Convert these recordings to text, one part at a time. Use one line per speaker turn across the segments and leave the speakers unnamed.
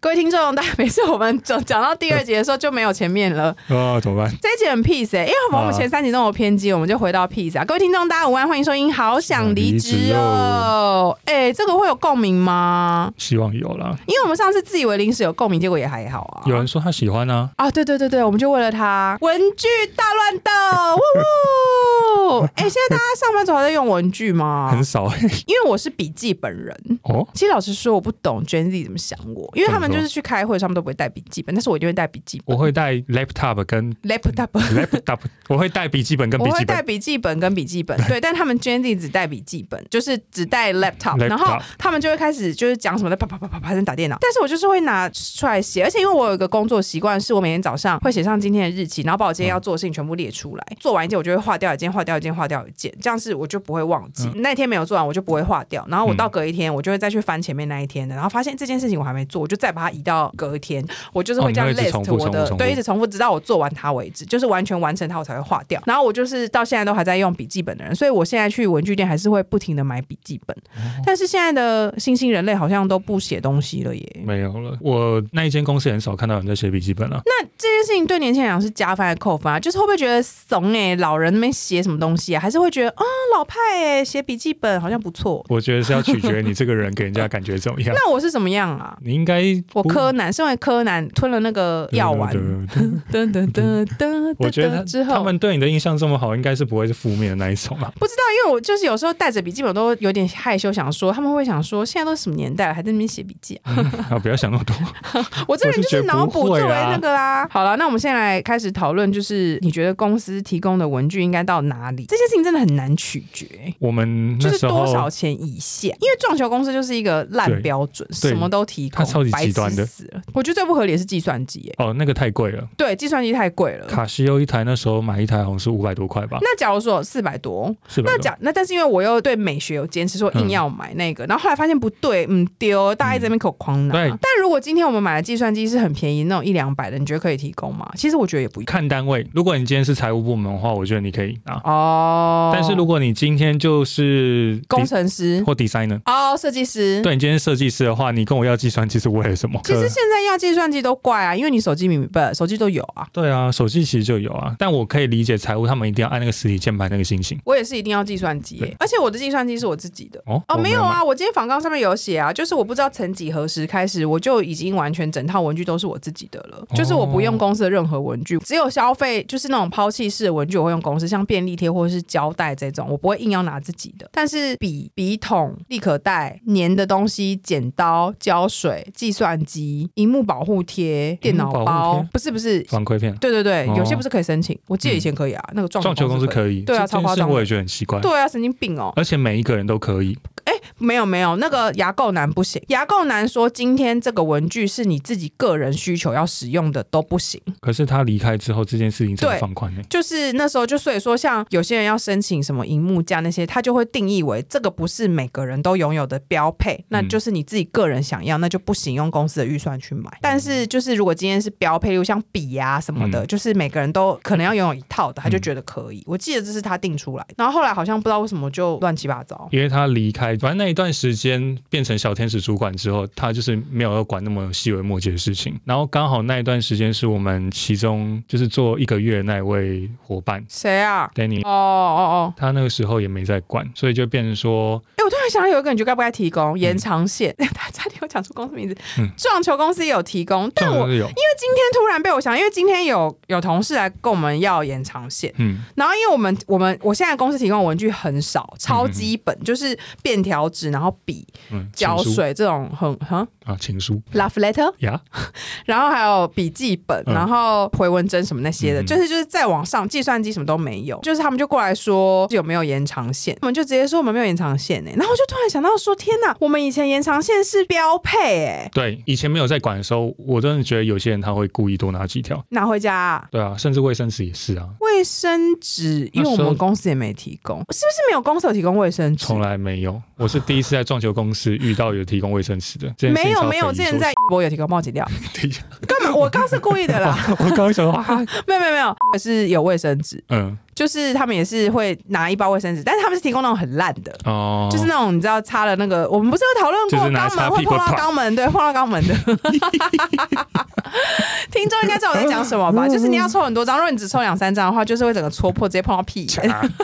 各位听众，大家每次我们讲讲到第二集的时候就没有前面了。
啊，怎么办？
这一集很 peace 哎、因为我们
啊
前三集都有偏激，我们就回到 peace 啊。各位听众，大家午安，欢迎收听，好想离职哦。哎、这个会有共鸣吗？
希望有啦。
因为我们上次自以为临时有共鸣，结果也还好啊。
有人说他喜欢啊，
啊，对对对对，我们就为了他文具大乱 斗，呜呜！哎、现在大家上班族还在用文具吗
很？少
因为我是笔记本人。
哦。
其实老实说，我不懂 Gen Z 怎么想我，因为他们就是去开会的时候，他们都不会带笔记本，但是我一定会带笔记
我
本。
会带 laptop 跟
laptop，
laptop，我 会带笔记本跟
我
笔
会
记
带
本。
笔记本跟笔记本， 对，但他们 Gen Z 只带笔记本，就是只带 laptop，
Laptop
然后他们就会开始就是讲什么的，啪啪啪啪啪在打电脑，但是我就是会拿出来写，而且因为我有一个工作习惯，是我每天早上会写上今天的日期，然后把我今天要做的事情全部列出来，做完一件我就会划掉一件，划掉一件，划掉一件，这样是我就不会忘记，
嗯
那一天没有做完我就不会划掉，然后我到隔一天我就会再去翻前面那一天的，然后发现这件事情我还没做，我就再把它移到隔一天，我就是会这样
哦你会一直重
list
复
我的
重复，重复
对，一直重复，直到我做完它为止，就是完全完成它，我才会划掉。然后我就是到现在都还在用笔记本的人，所以我现在去文具店还是会不停的买笔记本。
嗯
但是现在的新兴人类好像都不写东西了耶。
没有了，我那一间公司很少看到有人在写笔记本啊了、
那这件事情对年轻人来讲是加分还是扣分啊？就是会不会觉得怂哎、老人那边写什么东西啊？还是会觉得啊、老派哎、写笔记本好像不错。
我觉得是要取决于你这个人给人家感觉怎么样。
那我是怎么样啊？
你应该
我
不
柯南，身为柯南吞了那个药丸，噔噔噔噔
我觉得
噔
他
之后，
他们对你的印象这么好，应该是不会是负面的那一种啊。
不知道，因为我就是有时候带着笔记本都有点害羞，想说他们会想说，现在都什么年代了，还在那边写笔记啊？
啊，不要想那么多。
我这个人就
我是
是
觉得
脑补
不
作
会啊
为
啦
那个啦。好了，那我们现在来开始讨论，就是你觉得公司提供的文具应该到哪里？这件事情真的很难取决。
我们
就
那
是
时
多少
候
钱以下？因为撞球公司就是一个烂
对
标准，
对
什么都提供，
它超级
白
极端
痴
的
死了。我觉得最不合理的是计算机、耶
哦，那个太贵了。
对，计算机太贵了。
卡西欧一台那时候买一台好像是五百多块吧，
那假如说四百多，
是吧？
那讲那，但是因为我又对美学有坚持，说硬要买那个，然后后来发现不对，嗯丢，大家一直在那边口狂拿。
对
但如果今天我们买的计算机是很便宜那种一两百的，你觉得可以提供吗？其实我觉得也不一定
看单位，如果你今天是财务部门的话，我觉得你可以拿。
哦。
但是如果你今天就是
工程师
de- 或 designer，
哦，设计师，
对你今天设计师的话，你跟我要计算机是为了什么？
其实
呃
现在要计算机都怪啊，因为你手机明不手机都有啊。
对啊，手机其实就有啊，但我可以理解财务他们一定要按那个实体键盘那个星星。
我也是一定要计算机耶、
对
而且我的计算机是我自己的。
哦
哦，没有
买
啊，我今天访纲上面有写啊，就是我不知道曾几何时开始，我就已经完全整套文具都是我自己的了，
哦
就是我不用公司的任何文具，只有消费就是那种抛弃式的文具我会用公司，像便利贴或者是胶带这种，我不会硬要拿自己的。但是笔、笔筒、立可带、粘的东西、剪刀、胶水、计算机、荧幕保护贴、电脑
荧幕保护
包
贴，哦
不是不是。
反馈片，
对对对，有些
哦
不是可以申请，我记得以前可以啊，那个撞
嗯撞球公司可以，
对啊
这
超夸张
这件事
的
我也觉得很奇怪。
对啊，神经病哦！
而且每一个人都可以，
没有没有，那个牙垢男不行。牙垢男说，今天这个文具是你自己个人需求要使用的都不行。
可是他离开之后，这件事情真的
对
放宽了。
就是那时候就所以说，像有些人要申请什么荧幕架那些，他就会定义为这个不是每个人都拥有的标配，那就是你自己个人想要，那就不行用公司的预算去买。但是就是如果今天是标配，如像笔啊什么的，就是每个人都可能要拥有一套的，他就觉得可以。我记得这是他定出来，然后后来好像不知道为什么就乱七八糟。
因为他离开，反正那一段时间变成小天使主管之后，他就是没有要管那么细微末节的事情。然后刚好那一段时间是我们其中就是做一个月的那一位伙伴
谁啊？
Danny，
哦哦哦，
他那个时候也没在管，所以就变成说，
哎、我突然想到有一个，你觉得该不该提供延长线？ 他差点有讲出公司名字，
嗯
撞球公司也有提供，
这
但
种
我
都
今
有，
天突然被我想，因为今天有有同事来跟我们要延长线，
嗯，
然后因为我们我们我现在公司提供的文具很少，超基本，就是便条纸，然后笔、
嗯，
胶
情书
水这种很哈
啊，情书
love letter，
呀，
然后还有笔记本，
嗯
然后回文针什么那些的，
嗯
就是就是再往上，计算机什么都没有，就是他们就过来说有没有延长线，我们就直接说我们没有延长线呢、欸然后我就突然想到说，天哪，我们以前延长线是标配哎、
对，以前没有在管的时候，我真的觉得有些人他会故意多拿几条，
拿回家、啊。
对啊，甚至卫生纸也是啊，
卫生纸，因为我
那时候
们公司也没提供，是不是没有公司有提供卫生纸
从？来没有，我是第一次在撞球公司遇到有提供卫生纸的，这件事情
没有
超
没有，
匪夷
之前
所
在我有提供，帮我剪掉。
思
干嘛？我刚是故意的啦，
我刚刚想说啊，
没有没有没有，是有卫生纸，
嗯，
就是他们也是会拿一包卫生纸，但是他们是提供那种很烂的。
哦，
就是那种你知道擦了那个，我们不是有讨论过
就是拿
肛
擦
门会
屁股
碰到
啪
肛门，对，碰到肛门的。 听众应该知道我在讲什么吧？就是你要抽很多张，如果你只抽两三张的话，就是会整个戳破，直接碰到屁眼。
啊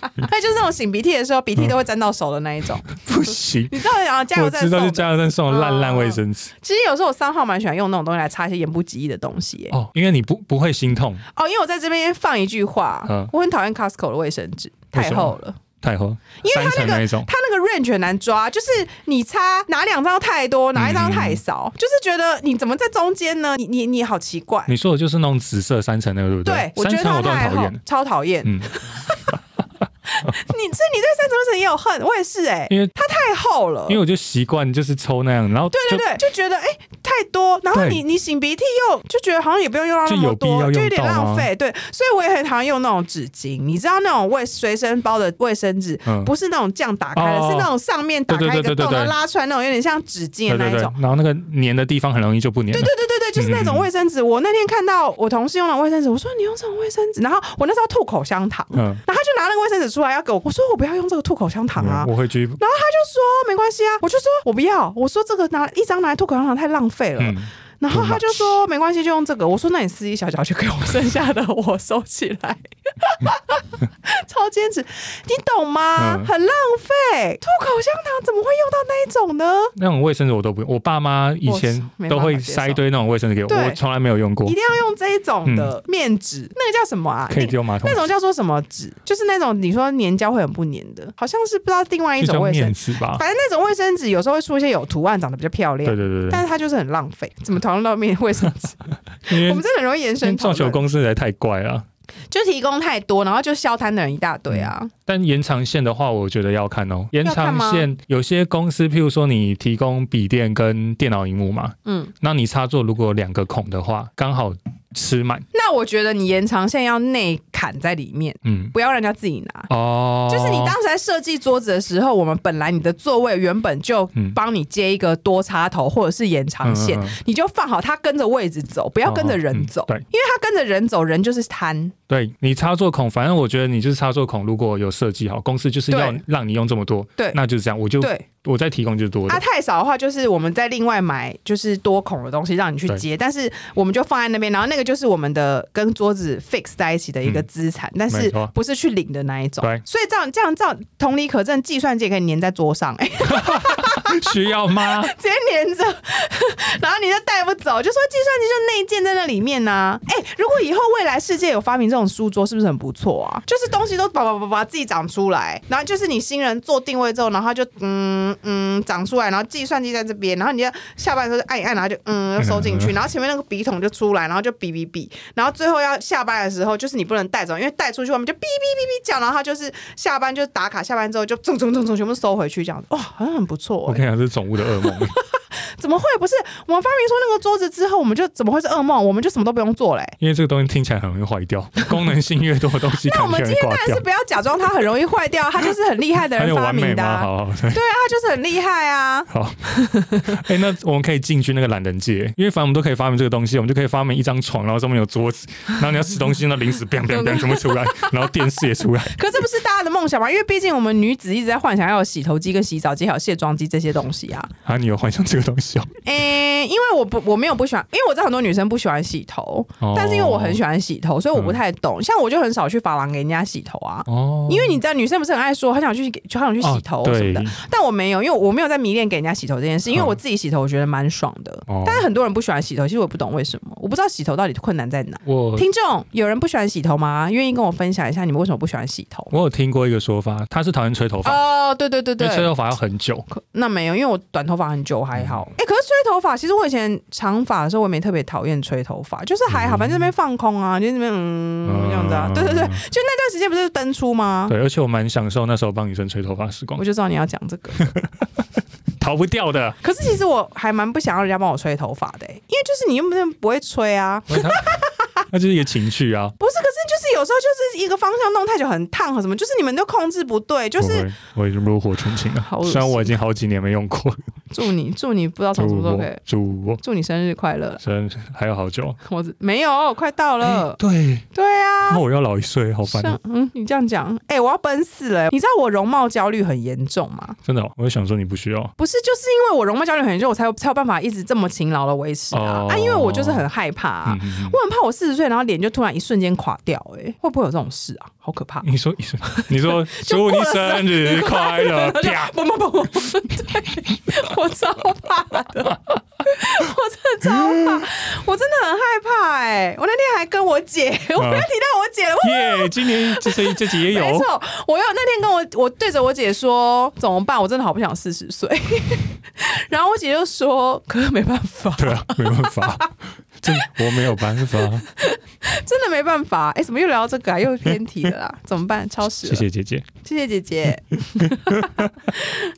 还有就是那种擤鼻涕的时候，鼻涕都会沾到手的那一种。
不行。
你知道我讲的加油
嗯 我
站
知道
送
是
的，
加油站送的烂烂卫生纸
其实有时候我三号蛮喜欢用那种东西来擦一些言不及义的东西、耶。
哦，因为你不不会心痛，
哦，因为我在这边放一句话，
嗯
我很讨厌 Costco 的卫生纸，
为
太
什么
厚了。
太厚，
因为
三
它那
层那
个
一种，
它那个 range 很难抓，就是你擦哪两张太多，哪一
嗯
张太少，就是觉得你怎么在中间呢？你你你好奇怪。
你说的就是那种紫色三层那个，对不
对，我觉
三
得
层
它
我都
太
很讨
好
厌，，
超讨厌。
嗯，
你所以你对三层卫生纸也有恨，我也是哎、
因为
它太厚了
因。为我就习惯就是抽那样，然后
对
对
对对，就觉得哎、太多，然后
对
你你擤鼻涕又就觉得好像也不用用到那
就
么
有必要
多，就
用
有点
到吗啊
浪费。对，所以我也很讨厌用那种纸巾，你知道那种卫随身包的卫生纸，
嗯
不是那种这样打开的，
哦
是那种上面打
对
开
对
一个
对对
洞，
对
然后拉出来那种，有点像纸巾
对
的那
对
一
对
种。，
然后那个粘的地方很容易就不粘了
对，对对对对，就是
嗯
那种卫生纸。我那天看到我同事用了卫生纸，我说你用这种卫生纸，然后我那时候吐口香糖，
嗯
然后他就拿那个卫生纸出来要给我，我说我不要用这个吐口香糖啊
嗯，我会去，
然后他就说没关系啊，我就说我不要，我说这个拿一张拿来吐口香糖太浪费了。
嗯，
然后他就说没关系，就用这个。我说那你撕一小角就给我，剩下的我收起来。超坚持，你懂吗？
嗯
很浪费，吐口香糖怎么会用到那一种呢？
那种卫生纸我都不用，我爸妈以前
我没办
都
法
会
接
塞一
受
堆那种卫生纸给我，
对
我从来没有用过
一，定要用这一种的面纸，那个叫什么啊？
嗯可以丢马桶
那，种叫做什么纸？就是那种你说粘胶会很不粘的，好像是不知道另外一
就
种
叫
卫生
面
纸，
纸吧，
反正那种卫生纸有时候会出一些有图案，长得比较漂
对
亮
对。对
但
对
是它就是很浪费，怎么讨论到面卫生纸？
对， 因
我
为
们真的很容易延
因为
伸讨
撞球
论，
公司实在太怪了。
就提供太多，然后就消摊的人一大堆啊。
但延长线的话，我觉得要看哦。延
看
长
吗
线有些公司，譬如说你提供笔电跟电脑荧幕嘛，
嗯，
那你插座如果有两个孔的话，刚好吃满，
那我觉得你延长线要内砍在里面，
嗯，
不要让人家自己拿。
哦，
就是你当时在设计桌子的时候，我们本来你的座位原本就
嗯
帮你接一个多插头或者是延长线，
嗯嗯嗯
你就放好它跟着位置走，不要跟着人走，
哦嗯
因为它跟着人走，人就是贪。
对对，你插座孔，反正我觉得你就是插座孔，如果有设计好，公司就是要
对
让你用这么多，
对
那就是这样，我就
对，
我再提供就是多的，
啊，太少的话，就是我们再另外买就是多孔的东西让你去
对
接，但是我们就放在那边，然后那个就是我们的跟桌子 fix 在一起的一个资产，但
嗯没
是
错
不是去领的那一种
对。
所以这样这样这样，同理可证，计算机也可以粘在桌上，哎、
需要吗？
直接粘着， 然后你就带不走，就说计算机就内建在那里面呢、哎、如果以后未来世界有发明这种书桌，是不是很不错啊？就是东西都叭叭叭叭自己长出来，然后就是你新人做定位之后，然后它就嗯嗯长出来，然后计算机在这边，然后你就下班的时候就按一按，然后就嗯又收进去，然后前面那个笔筒就出来，然后就比比比，然后最后要下班的时候，就是你不能带走，因为带出去外面就哔哔哔哔叫，然后他就是下班就打卡，下班之后就蹭蹭蹭蹭全部收回去这样子，哇，好像很不错、哎
我。跟你讲，这是宠物的噩梦，
怎么会不是？我们发明出那个桌子之后，我们就怎么会是噩梦？我们就什么都不用做嘞、
因为这个东西听起来很容易坏掉，功能性越多的东西
那
可
我
能
们
越
今
容
天
易
当
挂
然
掉
是。不要假装它很容易坏掉，它就是很厉害的
还
人
有
发
完美
明的、
吗？
啊。
好好对
对啊，它就是很厉害啊！
好。哎、那我们可以进军那个懒人界，因为反正我们都可以发明这个东西，我们就可以发明一张床，然后上面有桌子，然后你要吃东西，那零食 biang biang biang 全部出来，然后电视也出来。
可这不是大家的梦想吗？因为毕竟我们女子一直在幻想要有洗头机、跟洗澡机、还有卸妆机这些东西啊。
啊，你有幻想这个东西哦？
诶、因为我不我没有不喜欢，因为我知道很多女生不喜欢洗头，
哦嗯
但是因为我很喜欢洗头，所以我不太懂。像我就很少去发廊给人家洗头啊。
哦，
因为你知道，女生不是很爱说，很想去，就很想去洗头什么的。
哦
但我没有，因为我没有在迷恋给人家洗头这件事，因为
嗯
我自己洗头我觉得蛮爽的。
哦
但是很多人不喜欢洗头，其实我也不懂为什么，我不知道洗头到底困难在哪。
我
听众有人不喜欢洗头吗？愿意跟我分享一下你们为什么不喜欢洗头？
我有听过一个说法，他是讨厌吹头发，
哦，对对对
因
对
为，吹头发要很久。
可那没有，因为我短头发很久还好。
嗯
哎、可是吹头发，其实我以前长发的时候，我也没特别讨厌吹头发，就是还好，
嗯
反正那边放空啊，就那边嗯这样子啊。对对对，就那段时间不是登出吗？
对，而且我蛮享受那时候帮女生吹头发的时光
我，就知道你要讲这个。
逃不掉的。
可是其实我还蛮不想要人家帮我吹头发的、欸因为就是你又不能不会吹啊。
因为他那就是一个情趣啊，
不是，可是就是有时候就是一个方向弄太久很烫和什么，就是你们都控制不对，就
我
是
会我已经炉火纯青了
好恶。心
虽然我已经好几年没用过，
祝你祝你不知道从什么
祝
时候
我
可以，
祝我
祝你生日快乐啦！
生日还有好久，哎
我只没有，哦快到了。
对，
对啊，
那我要老一岁，好烦
像
哦，
嗯，你这样讲，哎、我要奔四了、你知道我容貌焦虑很严重吗？
真的哦，我就想说你不需要，
不是，就是因为我容貌焦虑很严重，我才有才有办法一直这么勤劳的维持啊、
哦
啊！因为我就是很害怕、啊，
嗯嗯
我很怕我四十岁，然后脸就突然一瞬间垮掉、哎，会不会有这种事啊？好可怕！
嗯你说 你说你说祝
过
你
了
生日快 乐，
就
啪，
啊不不不，不对我超怕的，我真的超怕，我真的很害怕哎、我那天还跟我姐，我
啊
要提到我姐了，我
耶，今年这 这这集也
没
有，
错，我有那天跟我我对着我姐说怎么办，我真的好不想四十岁， 然后我姐就说可是没办法，
对啊，没办法， 这我没有办法，
啊真的没办法，哎、怎么又聊到这个啊？又偏题了啦，怎么办？超时了
谢，谢姐姐，
谢谢姐姐。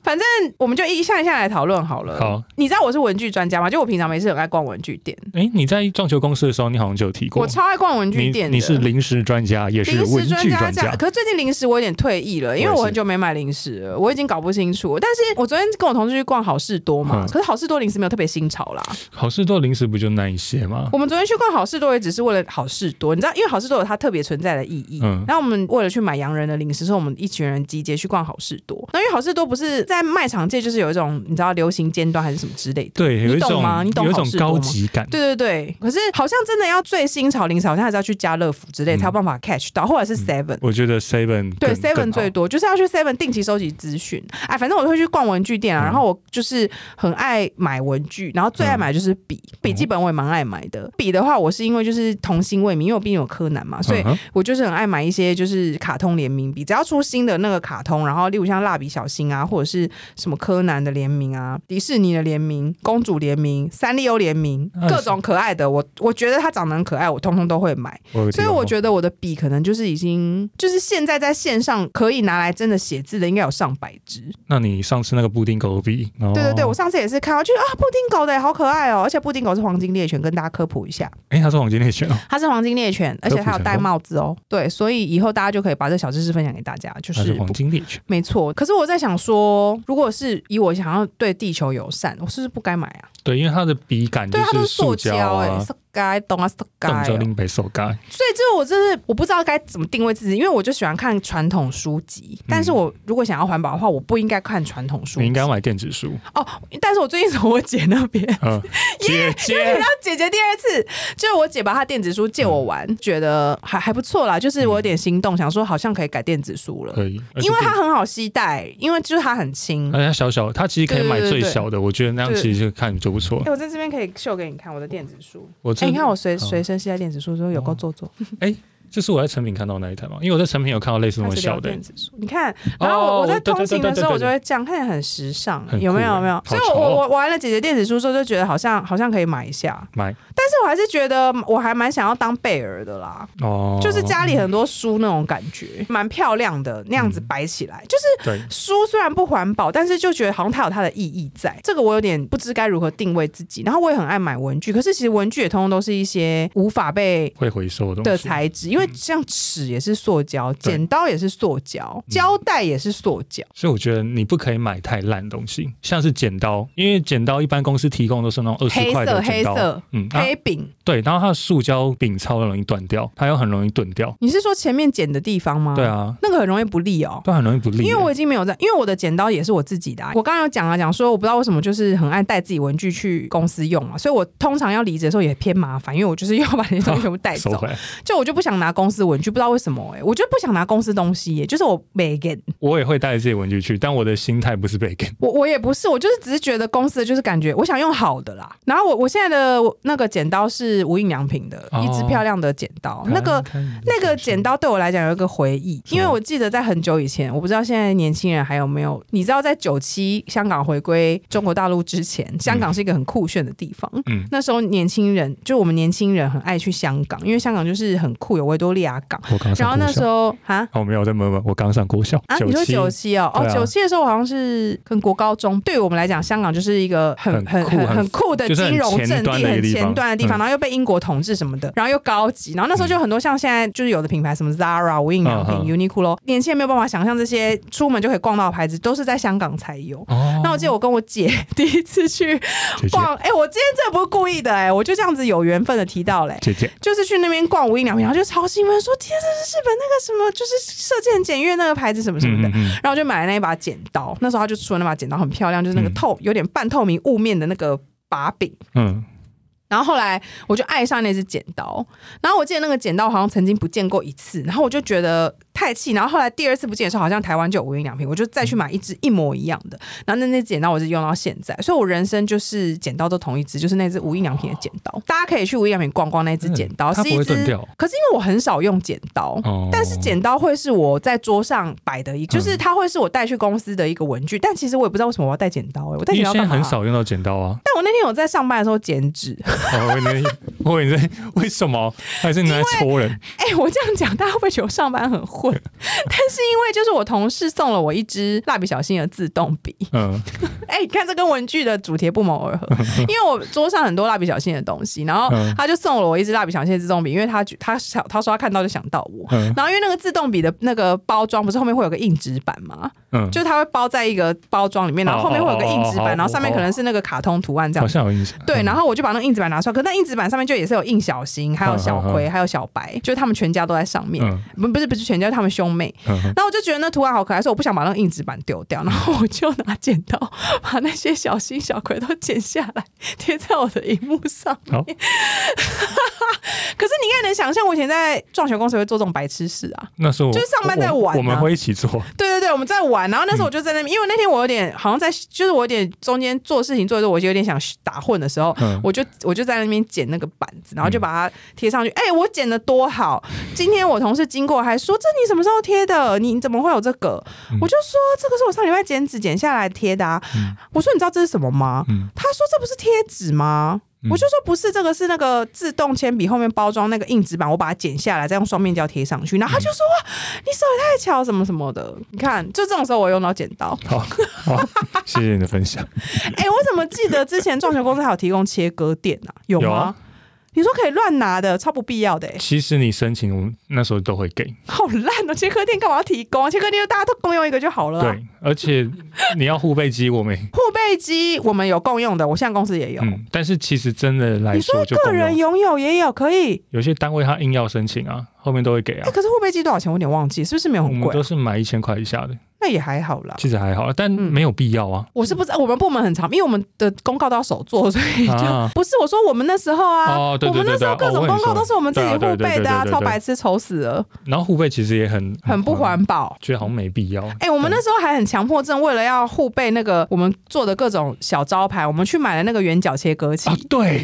反正我们就一项一项来讨论好了。
好，
你知道我是文具专家吗？就我平常没事很爱逛文具店，
哎，你在撞球公司的时候，你好像就有提过
我，超爱逛文具
你
店的。
你是零食专家，也是
零
文
食
具专
这样
家，
可是最近零食我有点退役了，因为
我也是
我很久没买零食了，我已经搞不清楚。但是我昨天跟我同事去逛好事多嘛，
嗯
可是好事多零食没有特别新潮啦。
好事多零食不就那一些吗？
我们昨天去逛好事多也只是为了好事多，你知道，因为好事多有它特别存在的意义。
嗯
然后我们为了去买洋人的零食，所以我们一群人集结去逛好事多。那因为好事多不是在卖场界就是有一种你知道流行尖端还是什么之类的。
对，有一
你懂
种
吗你懂
有一
好
种
事多
高
吗
级感，
对对对，可是好像真的要最新潮零食，好像还是要去家乐福之类、才有办法 catch 到，或者是 Seven、
我觉得 Seven
对
更
，Seven
更好
最多就是要去 Seven 定期收集资讯。哎，反正我都会去逛文具店
嗯
啊，然后我就是很爱买文具，然后最爱买就是笔，
哦
笔记本我也蛮爱买的。笔的话，我是因为就是童心未泯，因为我毕竟有柯南嘛，所以
嗯哼
我就是很爱买一些就是卡通联名笔，只要出新的那个卡通，然后例如像蜡笔小新啊，或者是什么柯南的联名啊，迪士尼的联名，公主联名，三丽鸥联名
那，
各
是
种可爱的，我我觉得它长得很可爱，我通通都会买。
我有
所以
提到
我觉得我的笔可能就是已经，就是现在在线上可以拿来真的写字的，应该有上百支。
那你上次那个布丁狗币，对
对对对，我上次也是看到，就是啊，布丁狗的好可爱哦，而且布丁狗是黄金猎犬，跟大家科普一下，
哎，它是黄金猎犬哦，
它是黄金猎犬，而且它有戴帽子哦。对，所以以后大家就可以把这小知识分享给大家，就
它
是
是黄金猎犬，
没错。可是我在想说，如果是以我想要对地球友善，我是不是不该买啊？
对，因为它的笔感就
对啊，它
是
是塑
胶
胶哎、
啊，
是该懂啊，是该
动辄
哦
拎北手盖，
所以这我真是我不知道该怎么定位自己，因为我就喜欢看传统书籍，但是我如果想要环保的话，我不应嗯该看传统书籍。哦
你应该买电子书，
但是我最近从我姐那边，
嗯，姐姐
然，后姐姐第二次，就是我姐把她电子书借我玩，觉得还还不错啦，就是我有点心动，想说好像可以改电子书了，
可以，而且
因为它
电。
很好携带，因为就是它很轻。
而且它小小，它其实可以买
对对
最
对对
小的，我觉得那样
对
其实看就不错
哎、。我在这边可以秀给你看我的电子书。
我
哎、
真
你看我随
好
随身携带电子书的时候有够做作，
这是我在成品看到那一台嘛，因为我在成品有看到类似
它
那种
是聊
小的
电，子书。你看，
哦
然后我我在
对对
通
对
勤的
对
时候，
对
我就
对
会这样，看起来很时尚
很，酷
有没有？
欸
有没有
好。
所以我，
潮哦
我我玩了姐姐电子书之后，就觉得好像好像可以买一下，
买
但是我还是觉得我还蛮想要当贝儿的啦，
哦，
就是家里很多书那种感觉，蛮漂亮的，那
嗯
样子摆起来，就是
对，
书虽然不环保，但是就觉得好像它有它的意义在。这个我有点不知该如何定位自己，然后我也很爱买文具，可是其实文具也通通都是一些无法被
会回收的
的
东西，嗯
材质，因为像尺也是塑胶，
对嗯
剪刀也是塑胶，胶带也是塑胶。
所以我觉得你不可以买太烂的东西，像是剪刀，因为剪刀一般公司提供都是那种二十
黑
块
色
的剪
黑
刀，
色
嗯，啊
黑柄，
对，然后它的塑胶柄超容易断掉，它又很容易钝掉，
你是说前面剪的地方吗？
对，啊，
那个很容易不利哦。
都很容易不利。
因为我已经没有在，因为我的剪刀也是我自己的、啊。我刚刚有讲啊讲说，我不知道为什么就是很爱带自己文具去公司用嘛，所以我通常要离职的时候也偏麻烦，因为我就是要把那些东西全部带
收
走
回。来，
就我就不想拿公司文具，不知道为什么哎、我就不想拿公司东西耶、就是我没给
我也会带着自己文具去，但我的心态不是被给。
我我也不是，我就是只是觉得公司的就是感觉我想用好的啦。然后我我现在的我那个剪刀是无印良品的、
哦
一支漂亮的剪刀，哦那个
看看
那个剪刀对我来讲有一个回忆，
什么
因为我记得在很久以前，我不知道现在年轻人还有没有，你知道在九七香港回归中国大陆之前，香港是一个很酷炫的地方。
嗯
那时候年轻人，就我们年轻人很爱去香港，因为香港就是很酷，有维多利亚港。
我刚
然
上
后那
国小
时候哈。
哦，没有我在摸摸，我刚上国小
啊，你说
七
九七哦，哦
对，啊
九七的时候我好像是跟国高中，对于我们来讲，香港就是一个很很
很酷
很
很
很酷的
就是很
金融
前
阵
端
地，
的一个
很
地方嗯
前端的地方，然后又被英国统治什么的，然后又高级，然后那时候就很多像现在就是有的品牌什么 Zara、无印良品、
嗯
Uniqlo，年轻人没有办法想象这些出门就可以逛到的牌子，都是在香港才有。
哦，
那我记得我跟我姐 第一次去
姐姐
逛，哎、我今天真的不是故意的、哎，我就这样子有缘分的提到嘞、
姐姐，
就是去那边逛无印良品，然后就超兴奋，说天，这是日本那个什么，就是射箭检阅那个牌子什么什么的。
嗯嗯
然后我就买了那一把剪刀，那时候他就出了那把剪刀，很漂亮，就是那个
嗯
透、有点半透明雾面的那个把柄。
嗯，
然后后来我就爱上那只剪刀，然后我记得那个剪刀好像曾经不见过一次，然后我就觉得太气，然后后来第二次不见的时候，好像台湾就有无印良品，我就再去买一只一模一样的，然后那那只剪刀我是用到现在，所以我人生就是剪刀都同一只，就是那只无印良品的剪刀，大家可以去无印良品逛逛那只剪刀，
嗯它
是
不
一
会
只
钝，掉
可是因为我很少用剪刀，
哦，嗯
但是剪刀会是我在桌上摆的一，就是它会是我带去公司的一个文具。但其实我也不知道为什么我要带剪刀、欸，我带
因
剪刀
为现
干
在
嘛、
很。少用到剪刀啊，
但我那天有在上班的时候剪纸，
哦，我以为你我以为你在为什么还是拿来戳人？
哎、我这样讲大家会不会觉得我上班很混？ 但是因为就是我同事送了我一支蜡笔小新的自动笔，
嗯，
哎、你看这跟文具的主题不谋而 合，因为我桌上很多蜡笔小新的东西，然后
嗯
他就送了我一支蜡笔小新的自动笔，因为他觉他想他说他看到就想到我。
嗯
然后因为那个自动笔的那个包装不是后面会有个硬纸板吗？
嗯，
就是它会包在一个包装里面，然后后面会有个硬纸
哦哦哦
板，然后上面可能是那个卡通图案这
好
样。
像有印象。
对，
嗯
然后我就把那个硬纸板拿出来，可那硬纸板上面就也是有印小新，还有小葵，还有小白，就是他们全家都在上面，
嗯
不不是不是全家，他们兄妹。
嗯嗯
然后我就觉得那图案好可爱，所以我不想把那个硬纸板丢掉，然后我就拿剪刀把那些小新、小葵都剪下来，贴在我的荧幕上。
好，
可是你应该能想象，我以前在撞球公司会做这种白痴事啊。
那时候我
就是上班在玩啊
我我们会一起做，
对对对，我们在玩，然后那时候我就在那边，因为那天我有点好像在，就是我有点中间做事情做一做，我就有点想打混的时候，
嗯
我就我就在那边剪那个板子，然后就把它贴上去。哎、我剪的多好！今天我同事经过还说：“这你什么时候贴的？你怎么会有这个？”我就说：“这个是我上礼拜剪纸剪下来贴的、啊。
嗯
我说：“你知道这是什么吗？”
嗯
他说：“这不是贴纸吗？”
嗯
我就说不是，这个是那个自动铅笔后面包装那个硬纸板，我把它剪下来，再用双面胶贴上去。然后
嗯
他就说：“哇，你手也太巧，什么什么的。”你看，就这种时候我用到剪刀。
好，好，谢谢你的分 享。
哎、我怎么记得之前撞球公司还有提供切割垫 啊？有吗？
有啊
你说可以乱拿的，超不必要的、欸，
其实你申请，我们那时候都会给。
好烂哦、切割垫干嘛要提供、啊？切割垫就大家都共用一个就好了、啊。
对，而且你要护背机，我们也
护背机我们有共用的，我现在公司也有。
嗯，但是其实真的来
你说
就
个
共
人
用。
拥有也有可以，
有些单位他硬要申请啊，后面都会给
哎、
啊。
可是护背机多少钱？我有点忘记，是不是没有
我
很
们
贵
都
啊？
是买一千块以下的，
那也还好嗯啦。
其实还好，但没有必 要啊。
我是不知道，我们部门很长，因为我们的公告都要手做，所以就、
啊
不是我说我们那时候啊，
哦对对
我们那时候
对对
各种
哦我
公
跟你
告
说
都是我们自己
对啊
互
对对
背的啊，
对对对对
超白痴，愁死了，
然后护背其实也很
很不，环保。
觉得好像没必要。
哎、我们那时候还很强迫症，为了要互背那个我们做的各种小招牌，我们去买了那个圆角切割器，
啊， 对，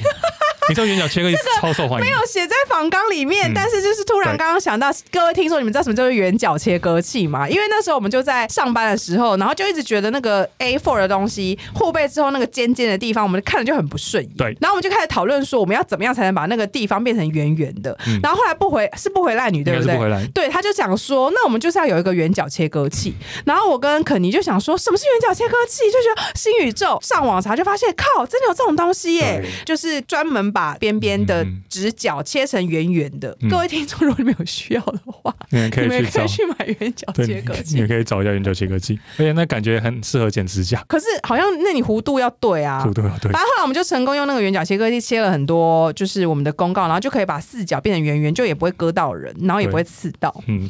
你知道圆角切割机超受欢迎，
有写在仿纲里面。
嗯
但是就是突然
对
刚刚想到，各位听说你们知道什么叫做圆角切割器吗？因为那时候我们就在上班的时候，然后就一直觉得那个 A4 的东西后背之后那个尖尖的地方，我们看了就很不顺眼。
对
然后我们就开始讨论说，我们要怎么样才能把那个地方变成圆圆的？然后后来不回是不回烂女，
嗯应
对
该
不
是
对？
不回来。
对，他就讲说，那我们就是要有一个圆角切割器。然后我跟肯尼就想说，什么是圆角切割器？就觉得新宇宙上网查就发现，靠，真的有这种东西耶
对！
就是专门把边边的
嗯嗯
直角切成圆圆的。
嗯
各位听众，如果你们有需要的话，
你嗯们可
你
以
们
去
可
找
以，去买圆角
对，
切割
你
器
们。可以找一下圆角切割机，而且那感觉很适合剪指甲，
可是好像那你弧度要对啊，
对对对
反，正后来我们就成功用那个圆角切割器切了很多，就是我们的公告，然后就可以把四角变成圆圆，就也不会割到人，然后也
对
不会刺到。
嗯，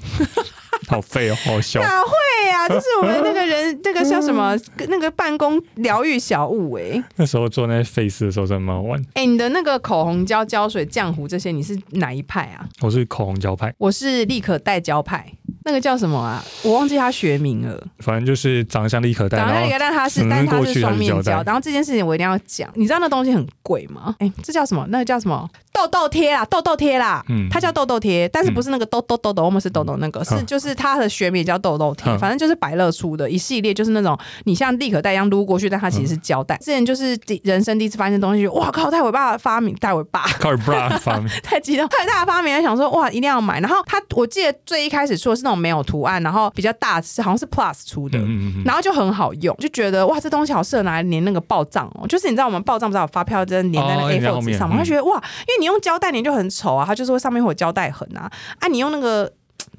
好废哦，好笑。
哪会呀、就是我们那个 人，那个叫什么，那个办公疗愈小物哎、欸、
那时候做那些 face 的时候真的蛮好玩。
哎、你的那个口红胶、胶水、浆糊这些，你是哪一派啊？
我是口红胶派，
我是立可带胶派，那个叫什么啊？我忘记他学名了。
反正就是长得像立可带，
然后那
然
个，
后
但他是，
只能
但是他
过
是
去
双面
还是胶
胶。
带嗯
然后这件事情我一定要讲，你知道那东西很贵吗？哎、这叫什么？那个叫什么？痘痘贴啊，痘痘贴啦，
嗯
它叫痘痘贴，但是不是那个痘痘痘痘，我们是痘痘那个，是
嗯
就是它的学名也叫痘痘贴，
嗯
反正就是百乐出的一系列，就是那种你像立可带一样撸过去，但它其实是胶
嗯
带。之前就是第人生第一次发现东西，哇靠，戴尾巴的发明， 戴尾巴。
c a r bra 发 明，
太激动，太大的发明，想说哇，一定要买。然后它，我记得最一开始出的是那种没有图案，然后比较大，是好像是 Plus 出的，
嗯嗯嗯嗯，
然后就很好用，就觉得哇，这东西好适合拿来粘那个报账哦。就是你知道我们报账不是有发票，就是粘在那
哦
个
粘在后
A4 纸
面
上嘛，
嗯
他觉得哇，因为你用胶带粘就很丑啊，它就是会上面会有胶带痕啊，啊，你用那个。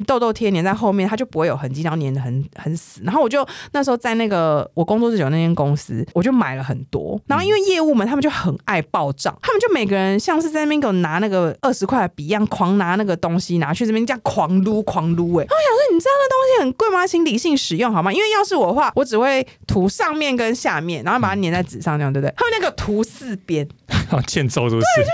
嘖痘痘贴粘在后面，它就不会有痕迹，然后粘的很很死。然后我就那时候在那个我工作之久那间公司，我就买了很多。然后
嗯
因为业务们他们就很爱报账，他们就每个人像是在那边给我拿那个二十块的笔一样，狂拿那个东西拿去这边这样狂撸狂撸、欸，很贵吗？请理性使用好吗？因为要是我的话，我只会涂上面跟下面，然后把它粘在纸上，这样对不对？他们那个涂四边，
好欠揍是不是？
对。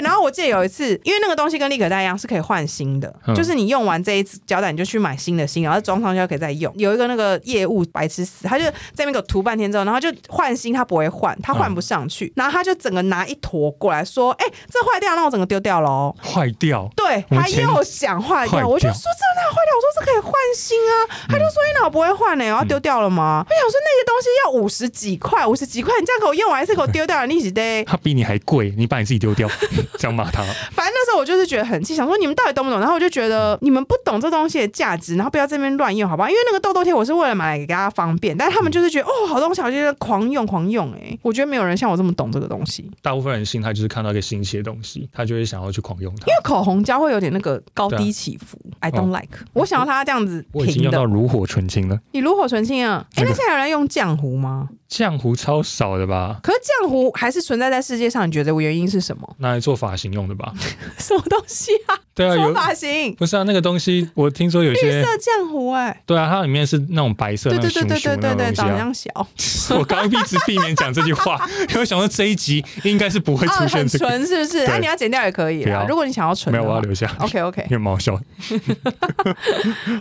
然后我记得有一次，因为那个东西跟立可带一样是可以换新的，
嗯
就是你用完这一次胶带，你就去买新的新，然后装上去就可以再用。有一个那个业务白痴死，他就在那边给我涂半天之后，然后就换新，他不会换，他
嗯
换不上去，然后他就整个拿一坨过来说：“哎、这坏掉，那我整个丢掉喽。”
坏掉，
对
我们
他
前
又想坏
坏
掉，我就
掉嗯
说这哪有坏掉？我说这可以换新啊，他就说你哪有不会换呢、然后丢掉了吗？我想说那个东西要五十几块，五十几块，你这样给我用完一次给我丢掉了，你一起得。
他比你还贵，你把你自己丢掉， 这样骂他，
反正那时候我就是觉得很气，想说你们到底懂不懂？然后我就觉得你们不懂这东西的价值，然后不要这边乱用，好不好？因为那个痘痘贴我是为了买来给大家方便，但是他们就是觉得哦，好东西，我就觉得狂用狂用、哎，我觉得没有人像我这么懂这个东西，因
大部分人心态就是看到一个新奇的东西，他就会想要去狂用它。
为口红胶会有点那个高
对
低
啊
起伏、i don't like，、我哦想要它这样子
我已经
平
用
的
到。炉火纯青了，
你炉火纯青啊！哎、
这个
那现在有人用浆糊吗？
浆糊超少的吧？
可是浆糊还是存在在世界上，你觉得原因是什 么？
拿来做发型用的 吧？
什么东西啊？
对啊，
什么
有
发型？
不是啊？那个东西我听说有
绿
些
色，浆糊哎，
对啊，它里面是那种白色
对啊
那
对
种
对
熊
对对
熊
对
那
对，
种
长得
东
像小，哦，
西啊。我刚刚一直避免讲这句话，因为想说这一集应该是不会出
啊
现
哦很
这个，
纯是不是？
对
那你要剪掉也可以
不
啦，
要
如果你想要纯
没
的
有，啊
话，
我要留下。
OK OK，
因为毛笑，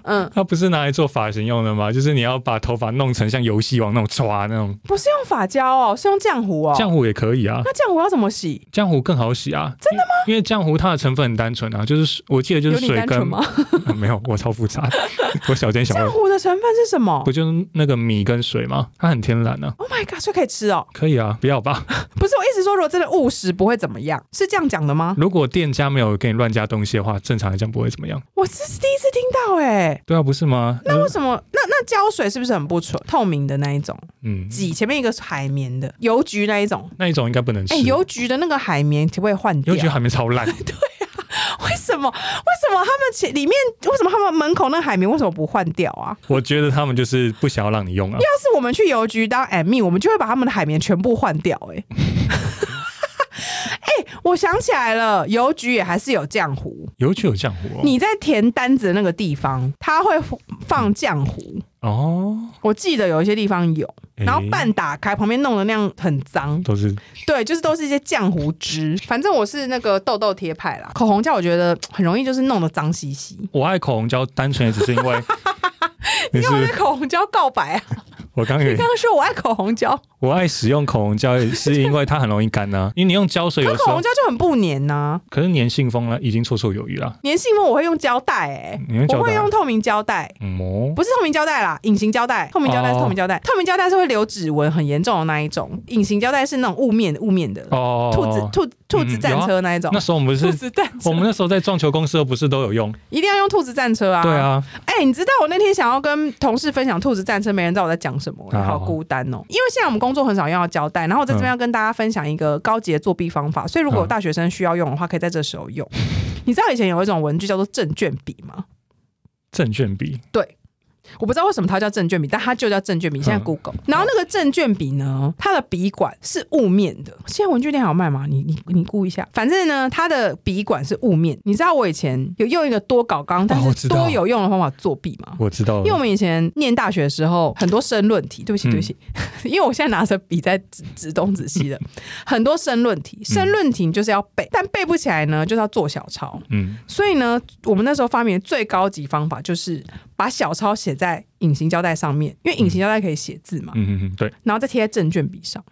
嗯，
它不是拿来做发型用的吗？就是你要把头发弄成像游戏王那种抓那种，
不是用发胶哦，是用浆糊哦。
浆糊也可以啊。
那浆糊要怎么洗？
浆糊更好洗啊，真的吗？因为浆糊它的成分很单纯啊，就是我记得就
有
是
你
水
单
跟
纯吗？
啊没有，我超 复杂的，我小奸小
浆
恶，
糊的成分是什么
不就是那个米跟水吗？它很天然啊，
？Oh my god，所以可以吃哦。
可以啊，不要吧？
不是我一直说，如果真的误食不会怎么样，是这样讲的吗？
如果店家没有给你乱加东西的话，正常来讲不会怎么样，
我这是第一次听到哎、
对啊，不是吗？
那为什么？那那胶水是不是很不纯？透明的那一种，
嗯，
挤前面一个是海绵的，邮局那一种。
那一种应该不能吃
哎、，邮局的那个海绵可不可以换掉？
尤其海绵 超烂，
为什么？为什么他们前里面为什么他们门口那海绵为什么不换掉啊？
我觉得他们就是不想要让你用啊，
要是我们去邮局当 admin，我们就会把他们的海绵全部换掉、 哎。哎、我想起来了，邮局也还是有浆糊。
尤其有浆糊哦
你在填单子的那个地方，它会放浆糊。
哦，
我记得有一些地方有，
哎
然后半打开，旁边弄的那样很脏。
都是
对，就是都是一些浆糊汁。反正我是那个痘痘贴派啦，口红胶我觉得很容易就是弄得脏兮兮。
我爱口红胶，单纯也只是 因为你
你干嘛对
是
口红胶告白 啊？
我刚刚有
你刚刚说我爱口红胶，
我爱使用口红胶，也是因为它很容易干呐、因为你用胶水
可
有时
口
候
红，胶就很不粘呐、
可是粘信封呢，已经绰绰有余了。
粘信封我会用胶带、欸，
你用胶带
我会用透明胶带。
嗯哦，
不是透明胶带啦，隐形胶带。透明胶带是
哦
透明胶带透明胶带是会留指纹很严重的那一种，隐形胶带是那种雾面雾面的，
哦
兔子兔兔子
嗯
战
有啊
车那一种，
那时候我们不
兔
是
子战车
我，们那时候在撞球公司不是都有用？
一定要用兔子战车啊！
对啊，
哎、你知道我那天想要跟同事分享兔子战车，没人知道我在讲什么，
啊
好孤单哦。因为现在我们工作很少用到胶带，然后我在这边
嗯
要跟大家分享一个高级的作弊方法，所以如果有大学生需要用的话，可以在这时候用。你知道以前有一种文具叫做证券笔吗？
证券笔
我不知道为什么它叫证券笔，但它就叫证券笔。现在
嗯
Google，、然后那个证券笔呢，它的笔管是雾面的。现在文具店还有卖吗？你你你估一下，反正呢，它的笔管是雾面。你知道我以前有用一个多搞纲，但
哦我
是
知道
多有用的方法作弊吗？
我知道
因为我
了，
们以前念大学的时候，很多申论题，对不起，
嗯
对不起， 因为我现在拿着笔在指指东指西的，很多申论
嗯
题，申论题你就是要背，但背不起来呢，就是要做小抄。
嗯，
所以呢，我们那时候发明的最高级方法就是把小抄写在隐形胶带上面，因为隐形胶带可以写字嘛，
嗯嗯嗯，对，
然后再贴在证券笔上。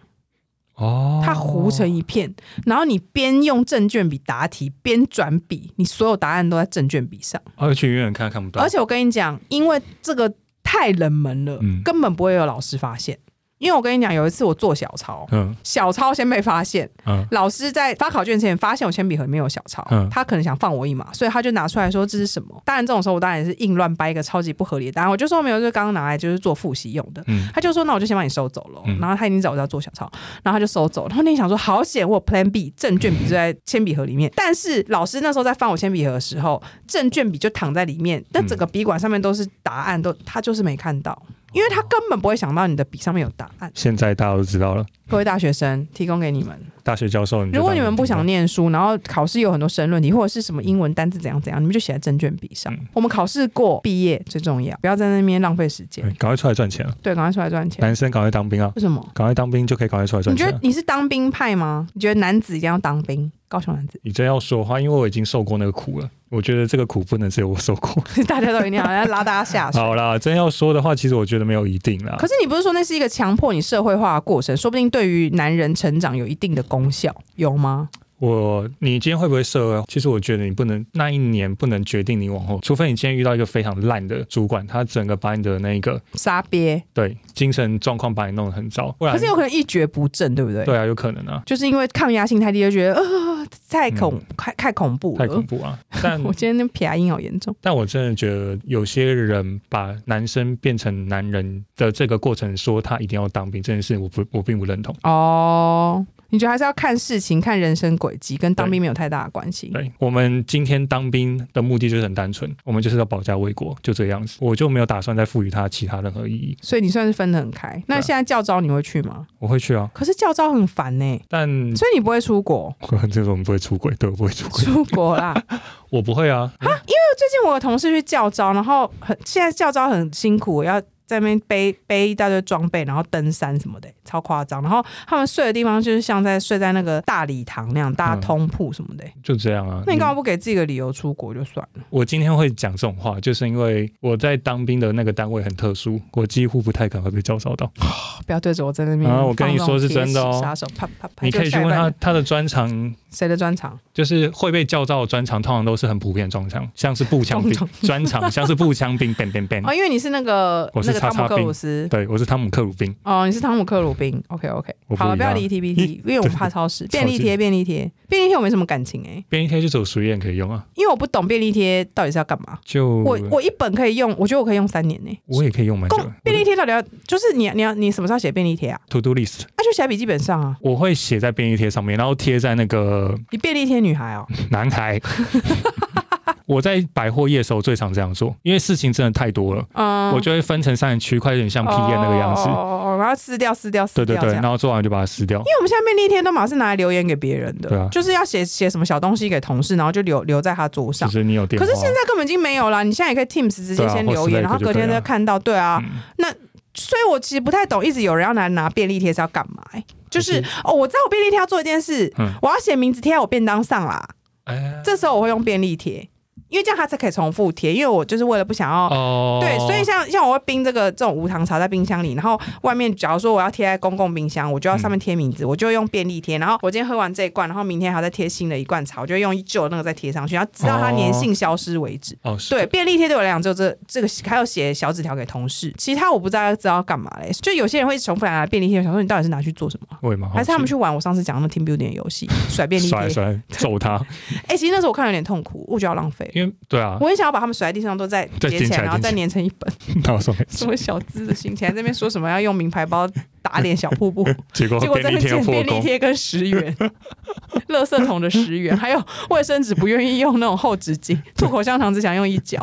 哦，
它糊成一片，然后你边用证券笔答题，边转笔，你所有答案都在证券笔上。
而且远远看看不到，
而且我跟你讲，因为这个太冷门了，
嗯
根本不会有老师发现。因为我跟你讲，有一次我做小抄，
嗯
小抄先被发现，
嗯
老师在发考卷前发现我铅笔盒里面有小抄，
嗯
他可能想放我一马，所以他就拿出来说这是什么。当然这种时候我当然也是硬乱掰一个超级不合理的答案，我就说没有，就是刚刚拿来就是做复习用的。
嗯，
他就说：“那我就先把你收走了。
嗯
然后他已经找我要做小抄，然后他就收走。然后那天想说：“好险，我有 Plan B 证券笔就在铅笔盒里面。”但是老师那时候在翻我铅笔盒的时候，证券笔就躺在里面，那整个笔管上面都是答案，都他就是没看到，因为他根本不会想到你的笔上面有答案。
现在大家都知道了，
各位大学生，提供给你们。
大学教授，
如果你们不想
念，
念书，然后考试有很多申论题或者是什么英文单字怎样怎样，你们就写在证卷笔上。
嗯
我们考试过，毕业最重要，不要在那边浪费时间。
对赶快出来赚钱啊！
对，赶快出来赚钱。
男生赶快当兵啊！
为什么？
赶快当兵就可以赶快出来
你
赚
觉
钱
得
啊。
你是当兵派吗？你觉得男子一定要当兵？高雄男子，
你真要说的话，因为我已经受过那个苦了，我觉得这个苦不能只有我受 过。
大家都一定要要拉大家下水。
好啦，真要说的话，其实我觉得没有一定啦
可。是你不是说那是一个强迫你社会化的过程，说不定对于男人成长有一定的功效，有吗？
我，你今天会不会社会？其实我觉得你不能那一年不能决定你往后，除非你今天遇到一个非常烂的主管，他整个把你的那个
杀鳖，
对精神状况把你弄得很糟，不然
可是有可能一蹶不振，对不对？
对啊，有可能啊，
就是因为抗压性太低，就觉得呃太恐太太恐怖
嗯太恐
了。
怖啊！但
我今天那撇音好严重。
但我真的觉得有些人把男生变成男人的这个过程，说他一定要当兵这件事，我不我并不认同。
哦，你觉得还是要看事情、看人生轨迹，跟当兵没有太大的关系。
对我们今天当兵的目的就是很单纯，我们就是要保家卫国，就这个样子。我就没有打算再赋予它其他任何意义。
所以你算是分得很开。那
对啊
现在教招你会去吗？
我会去啊，
可是教招很烦呢、
但？
所以你不会出国
我这种不会出轨，对，我嗯不会出轨，
出国 啦！
我不会啊。
最近我有同事去教招，然后很现在教招很辛苦，要在那边背背一大堆装备，然后登山什么的，超夸张。然后他们睡的地方就是像在睡在那个大礼堂那样，大
嗯
家通铺什么的、
就这样啊。
那你干嘛不给自己个理由出国就算了？
我今天会讲这种话，就是因为我在当兵的那个单位很特殊，我几乎不太可能会被教招到。
不要对着我在那边
啊
放
我
那种
跟
铁
你
齿。
说是真的哦
杀手啪啪啪！
你可以去问
就下一
他
半，
他的专长
谁的专场？
就是会被叫到的专长，通常都是很普遍的专长，像是步枪兵
专
专长，像是步 枪兵，bang bang bang。
哦，因为你是那个
嗯我是
那个
叉
汤
叉
姆克
兵
鲁斯。
对，我是汤姆克鲁宾，
哦，你是汤姆克鲁宾，OK OK，
我不
好了，
一
不要
样
离题 B T，因为我们怕超时。便利
超
贴，
时
便利贴，便利贴我没什么感情哎、
便利贴就走熟练可以用啊。
因为我不懂便利贴到底是要干嘛。
就
我我一本可以用，我觉得我可以用三年呢、欸
我也可以用蛮久
公
的。
便利贴到底要就是你你要你什么时候写便利贴啊？
To Do List，
那、就写在笔记本上啊。
我会写在便利贴上面，然后贴在那 个
你便利贴女孩哦，
男孩。我在百货业的时候最常这样做，因为事情真的太多了，
嗯，
我就会分成三个区块，有点像 P 验啊那个样子
哦。哦哦，哦然后撕掉撕掉撕
对对
掉这
对，
样。
然后做完就把它撕掉。
因为我们现在便利贴都马上是拿来留言给别人的，
对啊
就是要写写什么小东西给同事，然后就留留在他桌
就
上。
是你有电
可
话，
是现在根本已经没有啦，你现在也可以 Teams 直接
对啊
先
或
留言，
Slack
然后
就
隔天
可以啊
再看到。对啊，
嗯
所以我其实不太懂，一直有人要拿拿便利贴是要干嘛、欸就是
可
哦，我知道我便利贴要做一件事，
嗯
我要写名字贴在我便当上啦。
哎
这时候我会用便利贴，因为这样它才可以重复贴。因为我就是为了不想要。
哦，
对，所以像像我会冰这个这种无糖茶在冰箱里，然后外面假如说我要贴在公共冰箱，我就要上面贴名字，我就用便利贴。然后我今天喝完这一罐，然后明天还要再贴新的一罐茶，我就用旧的那个再贴上去，然后直到它粘性消失为止。
哦是
对，便利贴对我来讲就这这个，还有写小纸条给同事，其他我不知道要知道干嘛嘞。就有些人会重复拿便利贴，我想说你到底是拿去做什么？
我也蛮好奇
还是他们去玩我上次讲的那 team building 的游戏，甩便利贴？
甩
哎、
甩揍他，
其实那时候我看有点痛苦，我觉得要浪费。
因为对啊，
我很想要把他们甩嗯在地上，都再
再
叠
捡
起
起
来，
来
然后
捡
再
起
粘成一本。
那我说没
什
事，
么小资的心情，还在那边说什么要用名牌包打脸小瀑 布，
结果
结果在
便
那
利贴
捡
破
便利
功，
贴跟十元， 垃圾桶的十 元，还有卫生纸不愿意用那种厚纸巾，吐口香糖只想用一角。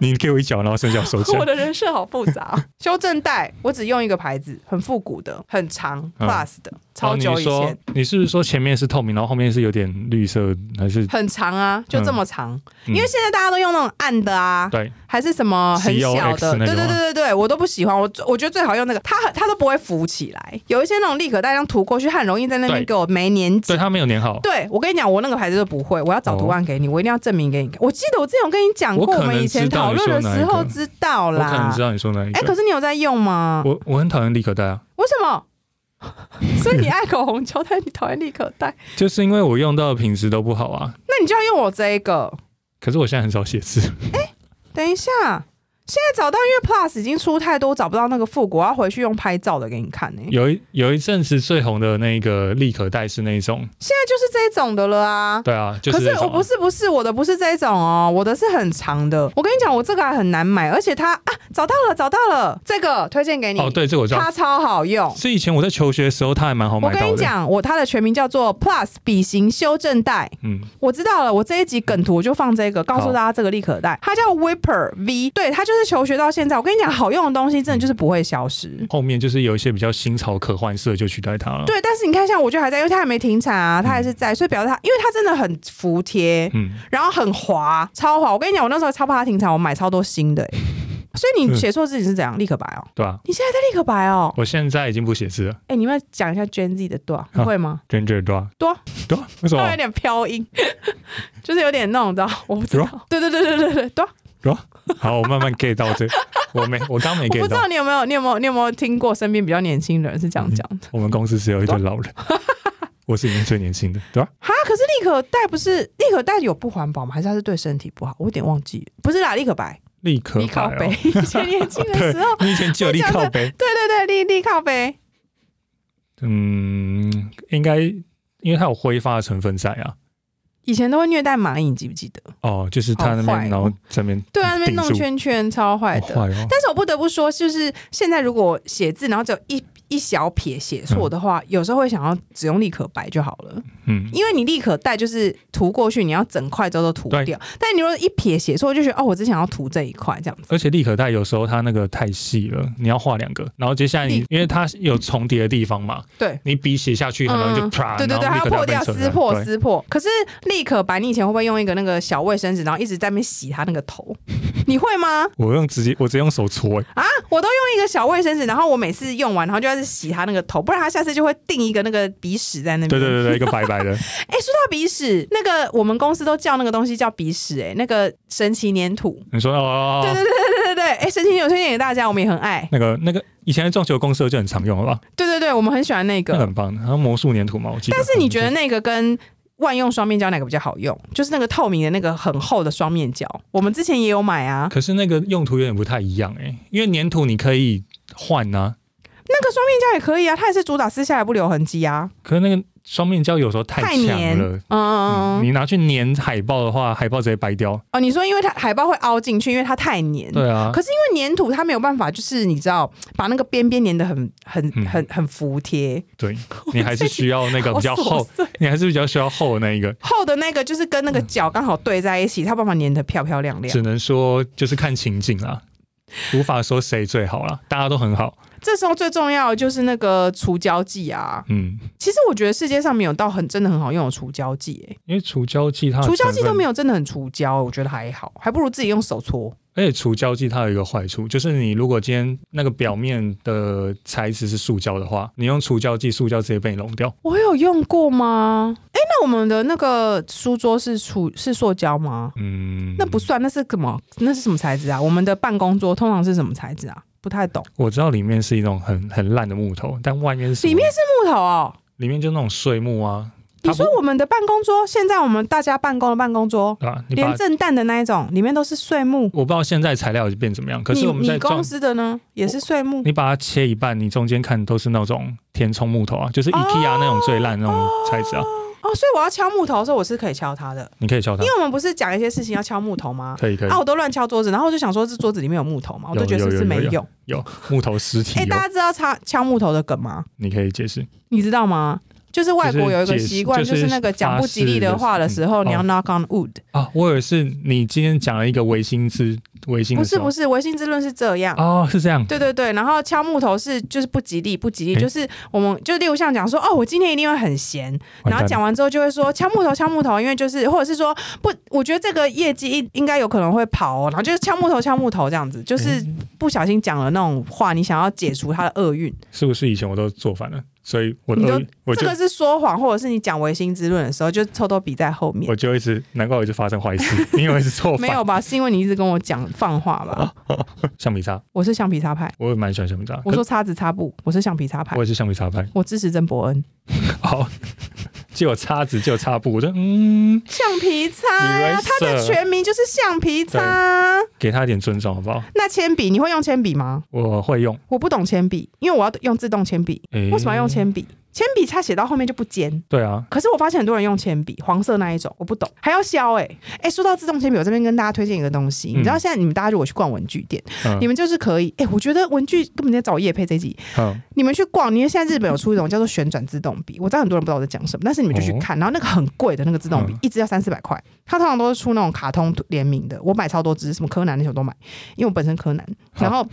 你给我一脚，然后剩下 手哦
我
脚，
的人设好复杂、哦。修正带我只用一个牌子，很复古的，很长
嗯
，Plus 的，超久以
哦
前
你，说你是不是说前面是透明，然后后面是有点绿色，还是
很长啊，就这么长。
嗯
因为现在大家都用那种暗的啊，
对？
还是什么很小
COX
的，对
那种
对
吗
对对对，我都不喜欢。我我觉得最好用那个，它很它都不会浮起来。有一些那种立可带这样涂过去，它很容易在那边
对
给我没粘紧
对，。它没有粘好。
对，我跟你讲，我那个牌子都不会，我要找图案给你，我一定要证明给你看。我记得我之前有跟你讲过，
我
我
可能
们以前
知道
讨
你
论的
说哪
时
一个
候知道
我可能
啦
知。道你说哪一
哎、可
个。
是你有在用吗？
我我很讨厌立可带啊，
为什么？ 所以你爱口红胶带，你讨厌立可带，
就是因为我用到的品质都不好啊。
那你就要用我这一个。
可是我现在很少写字，
等一下，现在找到，因为 Plus 已经出太多，找不到那个复古，我要回去用拍照的给你看欸呢、
有一有一阵子最红的那个立可带是那一种，
现在就是这种的了啊。
对啊，就
可
是
是
这
我
种啊、
不是不是我的不是这种哦，我的是很长的。我跟你讲，我这个还很难买，而且它啊找到了找到了，这个推荐给你，
哦，对，这个我知道
它，超好用。
是以前我在求学的时候，它还蛮好
我
买
跟
到
你
的。
讲，我它的全名叫做 Plus 笔型修正带，
嗯，
我知道了，我这一集梗图我就放这个，告诉
好
大家这个立可带，它叫 Whipper V，对，它就是求学到现在。我跟你讲，好用的东西真的就是不会消失。
后面就是有一些比较新潮可换色就取代它了。
对，但是你看，像我就还在，因为它还没停产啊，它还是在，所以表示它，因为它真的很服帖，
嗯，
然后很滑，超滑。我跟你讲，我那时候超怕它停产，我买超多新的、欸。所以你
嗯
写错字你是怎样？立可白哦，
对啊，
你现在在立可白哦。
我现在已经不写字了，
哎、你们讲一下 Gen Z 的多少、你会吗？
真的对啊，
对啊
对啊，为什
它有
么？
点飘音， 就是有点那种，你知道？我不知
对
道。对对对对对对，对啊
好，我慢慢 get 到 这，我没，我刚没
我不
get
知
到
道。你有没有，你有没有，你有没有听过身边比较年轻人是这样讲的？
我们公司只有一堆老人，
啊
我是里面最年轻的，对吧、
哈，可是立可带不是立可带有不环保吗？还是它是对身体不好？我有点忘记了，不是啦，立可白，
立可
立靠
白、
背
哦，。
以前年轻的时候，
你以前就有立靠背，
对对对，立立靠背。
嗯，应该因为它有挥发的成分在啊。
以前都会虐待蚂蚁，你记不记得？
哦，就是它那
好坏哦
边，然后这边
对啊，那边
顶住
弄圈圈超坏的。
好坏哦，
但是我不得不说，就是现在如果写字，然后只有一一小撇写错的话，有时候会想要只用立可白就好了。
嗯，
因为你立可带就是涂过去，你要整块之后都涂
对
掉。但你如果一撇写错，就觉得哦，我只想要涂这一块这样子。
而且立可带有时候它那个太细了，你要画两个，然后接下来你
立
因为它有重叠的地方嘛，
对，
你笔写下去很容易就
嗯
啪，
对对对，
啊然
它
后
要
立可带
破掉、
被扯
撕
开
破、
对
撕破。可是立可白，你以前会不会用一个那个小卫生纸，然后一直在那边洗它那个头？你会吗？
我用直接，我直接用手 搓、欸，
啊，我都用一个小卫生纸，然后我每次用完，然后就要去洗它那个头，不然它下次就会定一个那个鼻屎在那边。
对对对对，一个白 白的，
哎、说到鼻屎，那个我们公司都叫那个东西叫鼻屎、哎，那个神奇粘土。
你说哦，
对对对对对对，哎、神奇粘土推荐给大家，我们也很爱。
那个那个以前的撞球公社就很常用了吧？
对对对，我们很喜欢那
那
个。
个很棒的，然后魔术粘土嘛，我记得。
但是你觉得那个跟万用双面胶哪个比较好用？就是那个透明的那个很厚的双面胶，我们之前也有买啊。
可是那个用途有点不太一样哎、因为粘土你可以换啊，
那个双面胶也可以啊，它也是主打撕下来不留痕迹啊，
可是那个双面胶有时候
太
太强
黏。嗯。
了
嗯嗯
嗯，
嗯。
你拿去粘海报的话，海报直接掰掉。
哦，你说因为它海报会凹进去，因为它太黏。
对啊，
可是因为粘土它没有办法，就是你知道把那个边边粘的很很
嗯
很很服帖，
对，你还是需要那个比较
好琐
厚，
碎
你还是比较需要厚的那一个。
厚的那个就是跟那个角刚好对在一起，它有办法粘得漂漂亮亮。
只能说就是看情境啦，无法说谁最好啦，大家都很好。
这时候最重要的就是那个除胶剂啊。
嗯，
其实我觉得世界上没有到很真的很好用的除胶剂、欸，
因为除胶剂它的
除胶剂
啊成分
都没有真的很除胶，我觉得还好，还不如自己用手搓。
而且除胶剂它有一个坏处，就是你如果今天那个表面的材质是塑胶的话，你用除胶剂，塑胶直接被你溶掉。
我有用过吗？哎、那我们的那个书桌是除是塑胶吗？
嗯，
那不算，那是什么？那是什么材质啊？我们的办公桌通常是什么材质啊？不太懂。
我知道里面是一种很很烂的木头，但外面是
里面是木头哦。
里面就那种碎木啊。
你
它不
说我们的办公桌，现在我们大家办公的办公桌，
对吧？你把
连震蛋的那一种，里面都是碎木。
我不知道现在材料变怎么样，可是我们
你
在
你公
装，
司的呢，也是碎木。
你把它切一半，你中间看都是那种填充木头啊，就是 IKEA 那种最烂那种材质啊，
哦，所以我要敲木头的时候，我是可以敲它的，
你可以敲它
因，为我们不是讲一些事情要敲木头吗？
可以可以
啊，，我都乱敲桌子，然后我就想说，这桌子里面有木头吗？我都觉得是不是
有有有
没
有
用。
有木头尸体
哎，大
有，
家知道敲敲木头的梗吗？
你可以解释。
你知道吗？就是外国有一个习惯，
就是
就是那个讲不吉利的话的时候，
就是
你要
发誓
knock on wood。
啊，我以为是你今天讲了一个维新之维新
不
的时
是
候，
不
是
是，唯心之论是这样。
哦，是这样，
对对对，然后敲木头是就是不吉利，不吉利，
诶
就是我们就例如像讲说哦，我今天一定会很闲，然后
完蛋
讲完之后就会说敲木头敲木头，因为就是或者是说不，我觉得这个业绩应应该有可能会跑、哦，然后就是敲木头敲木头这样子，就是不小心讲了那种话，你想要解除他的厄运，
是不是以前我都做反了？所以我的
你就
恶意我
这
就
个是说谎，或者是你讲唯心之论的时候，就臭豆比在后面
我。就一直难怪我一直发生 坏事，因为我一直错
没
反啊
有吧？ 是因为你一直跟我讲放话吧？
橡皮擦，
我是橡皮擦派，
我也蛮喜欢橡皮擦，
我说擦子擦布，我是橡皮擦
可
派
我，也是橡皮擦派，
我支持曾伯恩。
好， 借我擦子，借我擦布，我就嗯，
橡皮擦呀，
Eraser
它的全名就是橡皮擦。
给他一点尊重好不好？
那铅笔你会用铅笔吗？
我会用，
我不懂铅笔，因为我要用自动铅笔。
诶
为什么要用？铅笔？铅笔它写到后面就不尖。
对啊，
可是我发现很多人用铅笔，黄色那一种，我不懂，还要削哎、欸、哎、说到自动铅笔，我这边跟大家推荐一个东西，你知道现在你们大家如果去逛文具店，
嗯
你们就是可以哎、我觉得文具根本在找叶配这一集，
嗯，
你们去逛，因为现在日本有出一种叫做旋转自动笔，我知道很多人不知道我在讲什么，但是你们就去看，然后那个很贵的那个自动笔
哦嗯，
一支要三四百块，它通常都是出那种卡通联名的，我买超多支，什么柯南那些我都买，因为我本身柯南。
好
然后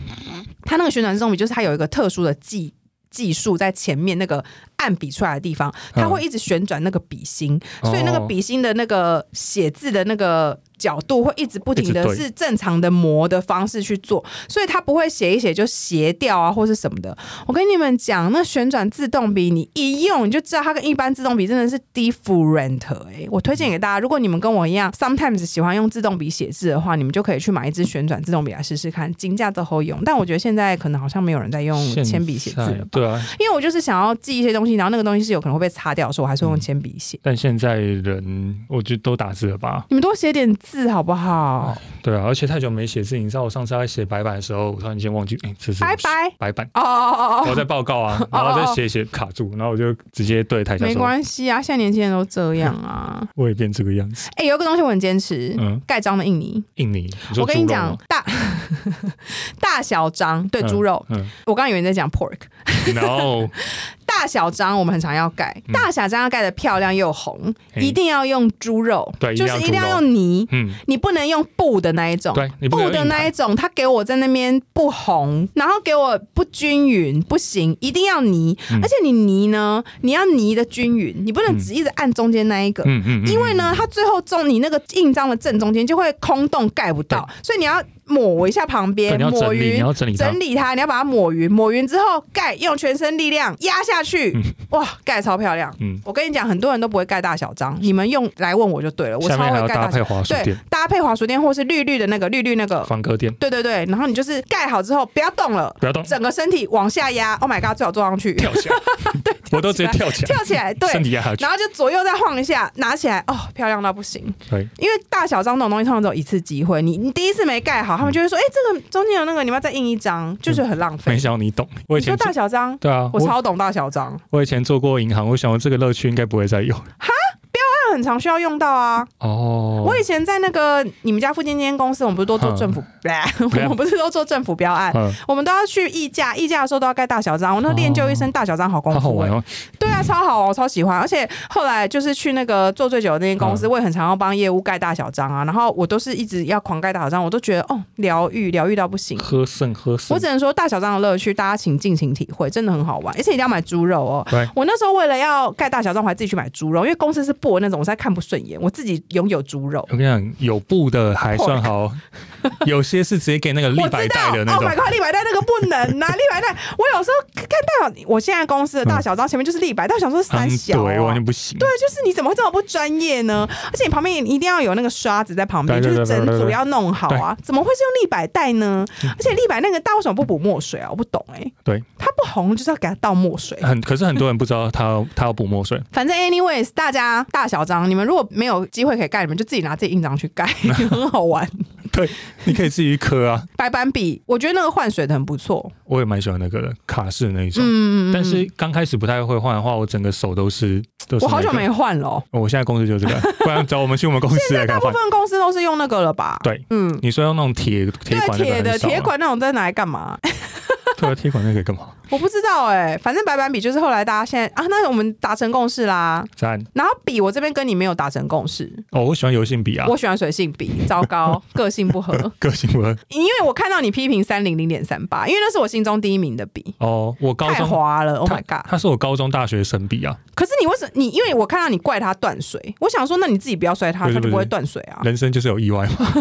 它那个旋转自动笔就是它有一个特殊的技技术在前面那个按笔出来的地方，它会一直旋转那个笔芯，所以那个
哦
笔芯的那个写字的那个角度会一直不停
一直
的
对
是正常的磨的方式去做，所以它不会写一写就斜掉啊或是什么的。我跟你们讲，那旋转自动笔你一用你就知道它跟一般自动笔真的是 different 哎、我推荐给大家，如果你们跟我一样，sometimes 喜欢用自动笔写字的话，你们就可以去买一支旋转自动笔来试试看，金价都好用。但我觉得现在可能好像没有人在用
现
铅笔写字
在
了吧。
对啊，
因为我就是想要记一些东西，然后那个东西是有可能会被擦掉的时候，我还是会
嗯
用铅笔写。
但现在人我觉得都打字了吧，
你们多写点字好不好？
对啊，而且太久没写字，你知道我上次在写白板的时候，我突然间忘记，哎、这是
拜拜
白板，
哦哦哦
我
哦，
在报告啊，然后再写一写卡住，然后我就直接对台下
没
说，
关系啊，现在年轻人都这样啊。
我也变这个样子。
哎、有一个东西我很坚持，
嗯，
盖章的印泥。
印尼，说
我跟你
猪肉
讲
吗，，
大大小章对
嗯
猪肉，
嗯，
我刚刚以为你在讲 pork，
然后
大小章我们很常要盖，
嗯
大小章要盖的漂亮又红，
嘿
一定要用猪肉，
对
就
一定
是
要
一定要
猪肉
用泥，
嗯，
你不能用布的那一种。
对，你不
布
能
的那一
一
种，他给我在那边不红，然后给我不均匀，不行，一定要泥，
嗯
而且你泥呢，你要泥的均匀，你不能只一直按中间那一个，
嗯嗯，嗯
因为呢，它最后中你那个印章的正中间就会空洞盖不到，所以你要抹一下旁
对
边，
你要
抹
整理，你
匀。
要整理它
整，理它，你要把它抹匀，抹匀之后盖，用全身力量压下去，哇，盖超漂亮！
嗯，
我跟你讲，很多人都不会盖大小章，你们用来问我就对了，我
下
超
面还
会
要
盖
搭
大小。
配滑鼠
对
垫、，
搭配滑鼠垫或是绿绿的那个绿绿那个，
方格垫，
对对对，然后你就是盖好之后不要动了，
不要动，
整个身体往下压，Oh my god，最好坐上去，
嗯跳 起来，我都直接跳起来，
跳起来，对，
身体压下去，
然后就左右再晃一下，拿起来，哦，漂亮到不行。
对，
因为大小章这种东西通常只有一次机会，你你第一次没盖
嗯
好，他们就会说，哎、这个中间有那个，你们要再印一张，就是很浪费。
没想到你懂，我
你
以
说
前
大小章，
对啊，
我
我
超懂大小章，
我以前做过银行，我想我这个乐趣应该不会再有
那很常需要用到啊。
哦。
我以前在那个你们家附近那间公司，我们不是都做政府， 我们不是都做政府标案，
嗯，
我们都要去议价，议价的时候都要盖大小章。我那练就一身大小章好功夫、
哦好好玩
欸
哦，
对啊，超好哦，我超喜欢。而且后来就是去那个做最久的那间公司，我也很常要帮业务盖大小章啊。然后我都是一直要狂盖大小章，我都觉得哦，疗愈，疗愈到不行。
喝剩喝剩
我，只能说大小章的乐趣，大家请尽情体会，真的很好玩，而且一定要买猪肉哦
对。
我那时候为了要盖大小章，我还自己去买猪肉，因为公司是布的那种，我实在看不顺眼，我自己拥有猪肉。
我跟你讲，有布的还算 好，有些是直接给那个立
我
白
知
带
道
的那
，Oh
种
my，god，立白带那个不能 呐、立白带，我有时候看到我现在公司的大小章前面就是立白，但我想说三小、
嗯对，完
啊。
全不行。
对，就是你怎么会这么不专业呢？而且你旁边一定要有那个刷子在旁边，就
对对
是
对
整
对对
组
对嗯
要弄好啊。怎么会是用立白带呢？而且立白那个大为什么不补墨水啊？我不懂哎、
对，嗯
它不红就是要给它倒墨水。
很，可是很多人不知道他要他要补墨 水，
反正 anyways，大家大小章，你们如果没有机会可以盖，你们就自己拿自己印章去盖， 很好玩。
你可以自己刻啊。
白板笔，我觉得那个换水的很不错。
我也蛮喜欢那个的卡式那一种，
嗯，嗯嗯
但是刚开始不太会换的话，我整个手都是都是、
我好久没，换了哦、
我现在公司就这个，不然找我们去我们 公司来
大
看
部
换。
分公司都是用那个了吧？
对，
嗯，
你说用那种铁铁
对，
管那个
铁的
很少啊
铁，管那种在拿来干嘛？
对啊，铁管那个干嘛？
我不知道哎、反正白板笔就是后来大家现在啊，那我们达成共识啦。
赞
然后笔我这边跟你没有达成共识，
哦，我喜欢油性笔啊，
我喜欢水性笔，糟 糕，个性不合，
个性文
因为我看到你批评三零零点三八，因为那是我心中第一名的笔。
哦，我高
太
中
滑了，Oh my
它
god！
它是我高中大学生笔啊，
可是你为什么你？因为我看到你怪它断水，我想说，那你自己不要摔它，
不
它
是
就不
不
会
是
断水啊。
人生就是有意外嘛，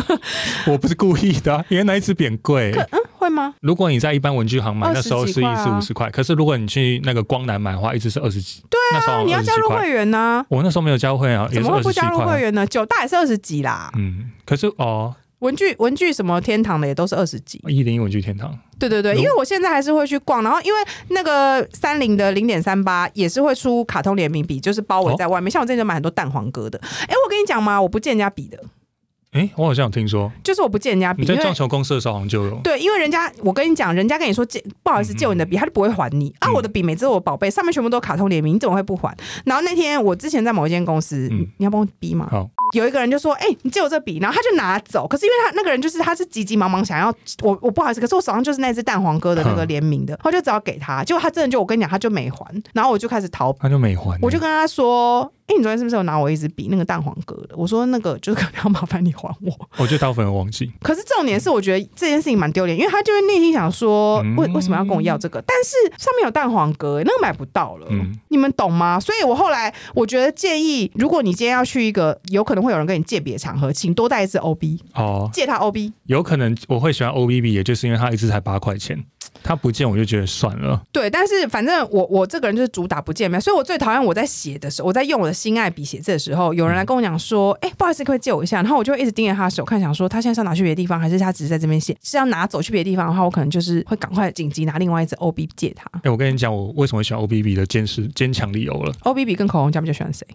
我不是故意的啊、因为那一支扁贵、
可嗯，会吗？
如果你在一般文具行买，
20
那时候是
几块
一
啊
次五十块，可是如果你去那个光南买的话，一直是二十几。对啊，那时候好像
你要加
20几
入
块
会员啊呢、
我那时候没有加入会员啊，也
怎
是
么
二
会
十
不
几
加入会
块。
员呢？九大也是二十几啦，
嗯，可是哦，
文具文具什么天堂的也都是二十几。
一零一文具天堂，
对对对，
如
因为我现在还是会去逛，然后因为那个三菱的零点三八也是会出卡通联名笔，就是包
哦
围在外面。像我之前就买很多蛋黄哥的，哎，我跟你讲嘛，我不借人家笔的，
诶，我好像有听说
就是我不借人家笔，因
你在撞
为啊
球公司的时候好像就有。
对，因为人家我跟你讲，人家跟你说借，不好意思借我你的笔，他就不会还你啊。
嗯
我的笔每次我宝贝上面全部都是卡通联名，你怎么会不还？然后那天我之前在某一间公司，
嗯
你你要帮我逼吗？
好，
有一个人就说：“哎、你借我这笔。”然后他就拿走。可是因为他那个人就是他是急急忙忙想要我，我不好意思，可是我手上就是那只蛋黄哥的那个
哼
联名的，我就只好给他。结果他真的就我跟你讲，他就没还。然后我就开始逃避，
他就啊没还。
我就跟他说：“哎、你昨天是不是有拿我一支笔，那个蛋黄哥的？”我说：“那个就是可能要麻烦你还我。
哦我觉得大部分人忘记”，
可是重点是，我觉得这件事情蛮丢脸，因为他就会内心想说：“
嗯
为为什么要跟我要这个？”但是上面有蛋黄哥，那个买不到了。
嗯，
你们懂吗？所以我后来我觉得建议，如果你今天要去一个有可能会有人跟你借别的场合，请多带一支 OB，
哦，
借他 OB。
有可能我会喜欢 O B B，也就是因为它一次才八块钱，它不见我就觉得算了。
对，但是反正我我这个人就是主打不见面，所以我最讨厌我在写的时候，我在用我的心爱笔写字的时候，有人
嗯
来跟我讲说，哎、不好意思，可不可以借我一下？然后我就会一直盯着他的手看，想说他现在是要拿去别的地方，还是他只是在这边写？是要拿走去别的地方的话，我可能就是会赶快紧急拿另外一支 OB 借他。
哎、我跟你讲，我为什么喜欢 O B B 的坚持坚强理由了，
OB 笔跟口红胶比较喜欢谁？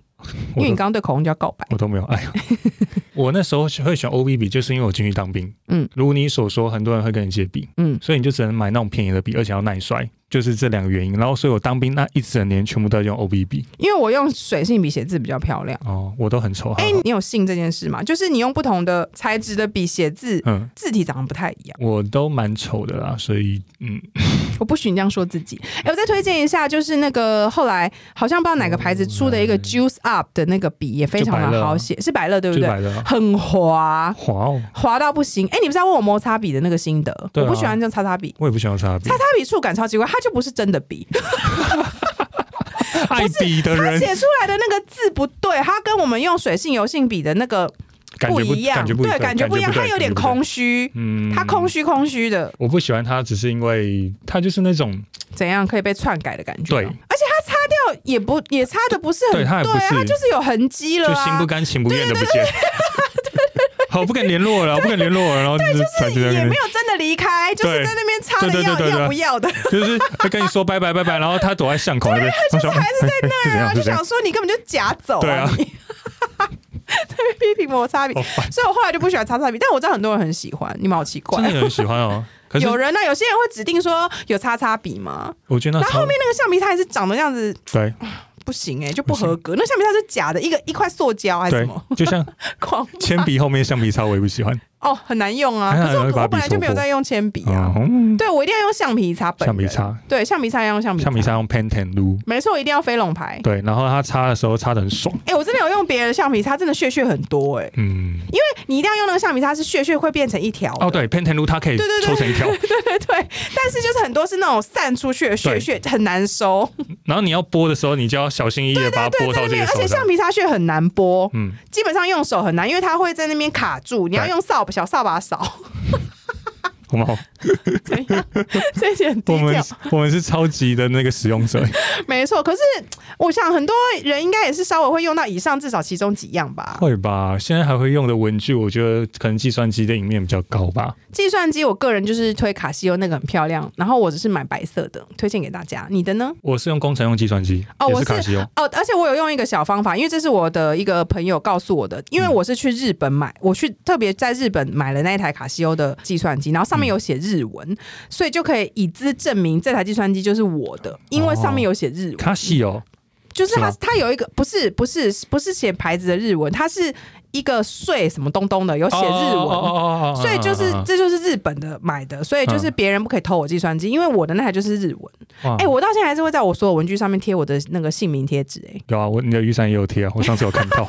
因
我
为你
都
刚刚对口红胶告白，
我都没有 爱。我那时候会选 O B B，就是因为我进去当兵。
嗯，
如你所说，很多人会跟你借笔，
嗯，
所以你就只能买那种便宜的笔，而且要耐摔，就是这两个原因。然后，所以我当兵那一整年全部都在用 O B B。
因为我用水性笔写字比较漂亮。
哦，我都很丑。
哎、
还好
你有信这件事吗？就是你用不同的材质的笔写字，
嗯，
字体长得不太一样。
我都蛮丑的啦，所以嗯，
我不许你这样说自己。哎、我再推荐一下，就是那个后来好像不知道哪个牌子出的一
哦
个 Juice Up 的那个笔，也非常的好写，是百乐对
啊就
不对？
是白的啊。
很滑，
哇哦，
滑到不行。哎、你不是要问我摩擦笔的那个心得？
对啊
我不喜欢这样擦擦笔，
我也不喜欢擦笔
擦，擦笔触感超奇怪，它就不是真的笔，
爱笔的
它
人
写出来的那个字不对，它跟我们用水性油性笔的那个
感觉不
一样，
感觉不
对，感觉不一样，
对
它有点
感觉不对
空虚，
嗯
它空虚空虚的。
我不喜欢它，只是因为它就是那种
怎样可以被篡改的感觉。哦
对
而且它擦掉也不也擦的不是很
对它也不是
啊，它就是有痕迹了
就心不
啊。
甘情不愿的不见。 好，不跟你联络了，不跟你联络了，然后就是才觉
也
得
没有真的离开，就是在那边擦的
对对
要
对对对
要不要的，
就是会跟你说拜拜拜拜，然后他躲在巷口那边，他就是还是 在那
对啊，就
这样
想说你根本就假走
对啊哦
你 对批评摩擦笔
好，烦，
所以我后来就不喜欢擦擦笔，但我知道很多人很喜欢，你们好奇怪
真。的有人喜欢哦。可是
有人呢、有些人会指定说有擦擦笔吗？
我觉得那
然后
超
后面那个橡皮擦还是长得那样子，
对
不行哎、就不合格。那橡皮擦是假的，一个一块塑胶还是什
对
么？，
就像
狂
铅笔后面橡皮擦，我也不喜欢。
哦，很难用啊。
还好
可是
有一
我
把
我本来
笔戳
就 没有
破
在用铅笔啊。
嗯，
对，我一定要用橡皮擦本人。
橡皮擦，
对，橡皮擦要用橡皮
橡皮擦，用 Pantene 撸，
没错，一定要飞龙牌。
对，然后他擦的时候擦的很爽，
哎、我真的有用别人的橡皮擦，真的屑屑很多哎、
嗯，
你一定要用那个橡皮擦，是屑屑会变成一条。
哦，对，Pantene 撸它可以
对对对
抽成一条，
对 对对，但是就是很多是那种散出去的屑屑，很难收。
然后你要剥的时候，你就要小心翼翼的把它剥
在那
到这
边，
个
而
手
且
上
橡。皮擦屑很难剥，
嗯，
基本上用手很难，因为它会在那边卡住，你要
对
用扫把小扫把扫。
我们好，
怎样？这些很低
我们
调。
我们是超级的那个使用者，
没错，可是我想很多人应该也是稍微会用到以上至少其中几样吧。
会吧？现在还会用的文具，我觉得可能计算机的赢面比较高吧。
计算机，我个人就是推卡西欧那个很漂亮，然后我只是买白色的，推荐给大家。你的呢？
我是用工程用计算机，
哦
也
我是
卡西欧，
哦，而且我有用一个小方法，因为这是我的一个朋友告诉我的，因为我是去日本买，我去特别在日本买了那一台卡西欧的计算机，然后上面有写日文，所以就可以以资证明这台计算机就是我的，因为上面有写日文。
卡西欧
就是它
是吗
它有一个不是不是不是写牌子的日文，它是一个税什么东东的，有写日文。
哦哦哦哦哦
所以就是，这就是日本的买的，所以就是
嗯
别人不可以偷我计算机，因为我的那台就是日文。
哎
哎、我到现在还是会在我所有文具上面贴我的那个姓名贴纸、欸
有啊，我你的雨伞也有贴啊，我上次有看到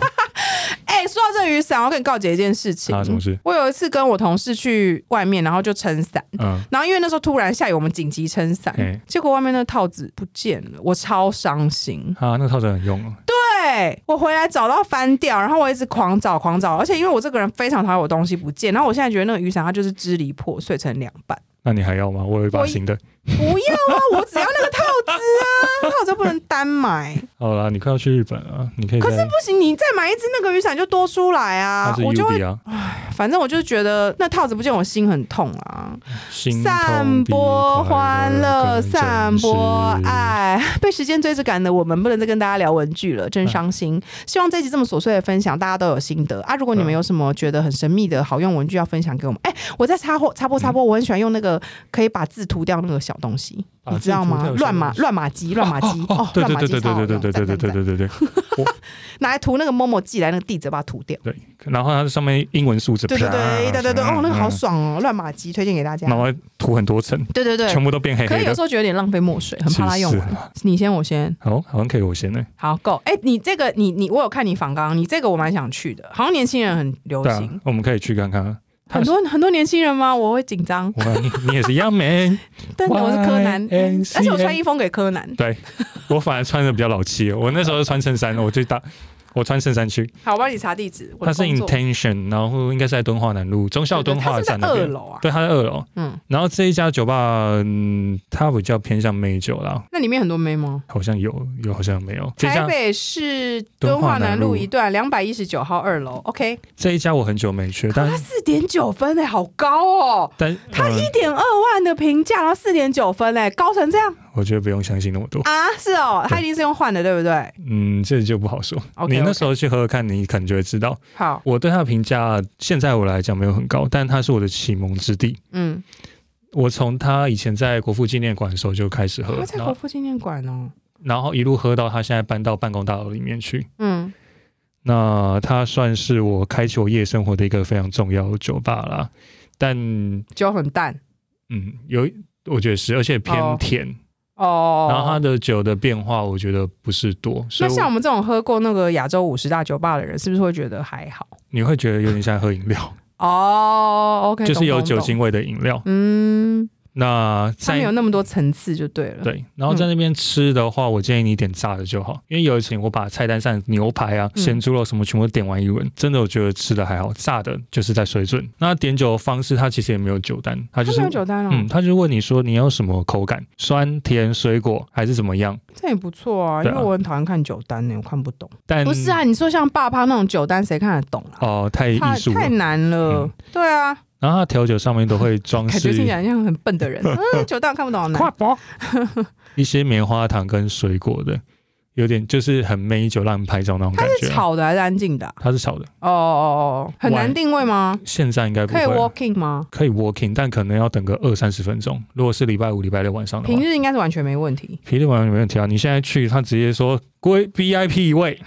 哎，哎，说到这雨伞，我要跟你告解一件事情。
啊，什么事？
我有一次跟我同事去外面，然后就撑伞，
嗯，
然后因为那时候突然下雨，我们紧急撑伞，
哎
结果外面那套子不见了，我超伤心。
啊，那个套子很用啊，
对我回来找到翻掉，然后我一直狂找狂找，而且因为我这个人非常讨厌我东西不见，然后我现在觉得那个雨伞它就是支离破碎成两半。
那你还要吗？我有一把
我
新的。
不要啊，我只要那个套子啊，套子不能单买。
好啦，你快要去日本了，你可以
可是
再
不行，你再买一支那个雨伞就多出来
它
啊
是！
我就会，
UB 啊，
反正我就觉得那套子不见我心很痛啊。
心
散
痛比
播
快
欢乐，
更
散
真啊
播
实。
爱。被时间追着赶的我们，不能再跟大家聊文具了，真
嗯
伤心。希望这一集这么琐碎的分享，大家都有心得啊！如果你们
嗯
有什么觉得很神秘的好用文具要分享给我们，哎、我在插播插播插播，我很喜欢用那个可以把字涂掉那个小东西，
把
你
字
知道
涂
吗
掉？的小
乱码
东西
乱码机，乱码机哦，
对
乱
对
码
对
机
对
超好
对
用，
对对对对
赞赞
对
赞
对对对
拿来涂那个 Momo 寄来那个地址，把它涂掉。
对。然后它上面英文数字，
对对对对对对，哦，那个好
嗯。
爽哦，乱码机推荐给大家
然。后涂很多层，
对对对，
全部都变黑
可
黑
以有
的
时。候觉得有点浪费墨水，很怕它
是
用
是
完。你先，我先，
好，好像可以我先呢。
好够。哎、你这个你你，我有看你访刚，你这个我蛮想去的，好像年轻人很流
对啊
行，，
我们可以去看看。它
很多很多年轻人吗？我会紧张，
哇，你你也是一 样美。
但我是柯南，嗯
YNCN
而且我穿衣风给柯南。
对我反而穿的比较老气，哦我那时候是穿衬衫，我就搭我穿衬衫去。
好，我帮你查地址。我
它
的
是
工作
Intention，然后应该是在敦化南路中校敦化
对对它
站
是在
那
二
边。
楼啊，
对，它在二楼。
嗯，
然后这一家酒吧，嗯，它比较偏向美酒啦，
那里面很多妹吗？
好像有，有好像没有。这
台
家
北市
敦
敦
化
化南
南
路
路
一段两百一十九号二楼，OK，
这一家我很久没去，但
它四点九分哎、好高哦，
但
它
嗯
一点二万的评价，然后四点九分哎、高成这样
我觉得不用相信那么多。
啊？是哦，它一定是用换的，对不对？
嗯，这就不好说。
OK，
你
OK
那时候去喝喝看，你可能就会知道。
好，
我对它的评价，现在我来讲没有很高，但它是我的启蒙之地。
嗯，
我从他以前在国父纪念馆的时候就开始喝
他，在
然
啊国
后
父纪念馆哦，
然后一路喝到他现在搬到办公大楼里面去。
嗯，
那它算是我开启我夜生活的一个非常重要的酒吧啦。但
酒很淡
嗯，有我觉得是，而且
哦
偏甜。
哦。
然后它的酒的变化，我觉得不是多，所
那
以
像我
我
们这种喝过那个亚洲五十大酒吧的人，是不是会觉得还好？
你会觉得有点像喝饮 料，
哦，OK，
就是有
懂懂
酒
懂
精味的饮料。
嗯，
那
它没有
在
那么嗯多层次就对了。，
对，然后在那边吃的话，我建议你点炸的就好，因为有一次我把菜单上牛排啊、
嗯
咸猪肉什么全部都点完一轮，真的我觉得吃的还好，炸的就是在水准。那点酒的方式，它其实也没有酒单，它就
它
是
没有酒单哦，
嗯，他就问你说你要什么口感，酸甜水果还是怎么样？
这也不错啊，因
对
为
啊嗯
我很讨厌看酒单欸呢，我看不懂。
但
不是啊，你说像爸爸那种酒单，谁看得懂啊？
哦、太艺
太
术了
太。难了
嗯，
对啊，
然后它调酒上面都会装
感觉听起
饰
来像很笨 的人。嗯，酒单我看不懂，好难。
包一些棉花糖跟水果的，有点就是很美酒让人拍照那种
它
感
是
觉。啊
炒的还是安静的啊？
它是炒的，
哦哦哦，很难
玩
定位吗？
现在应该不
可以
会
walking 吗？
可以 walking，但可能要等个二三十分钟。如果是礼拜五、礼拜六晚上的话
平，日应该是完全没问题，
皮特晚上有没有提啊？你现在去，他直接说归 VIP 一位。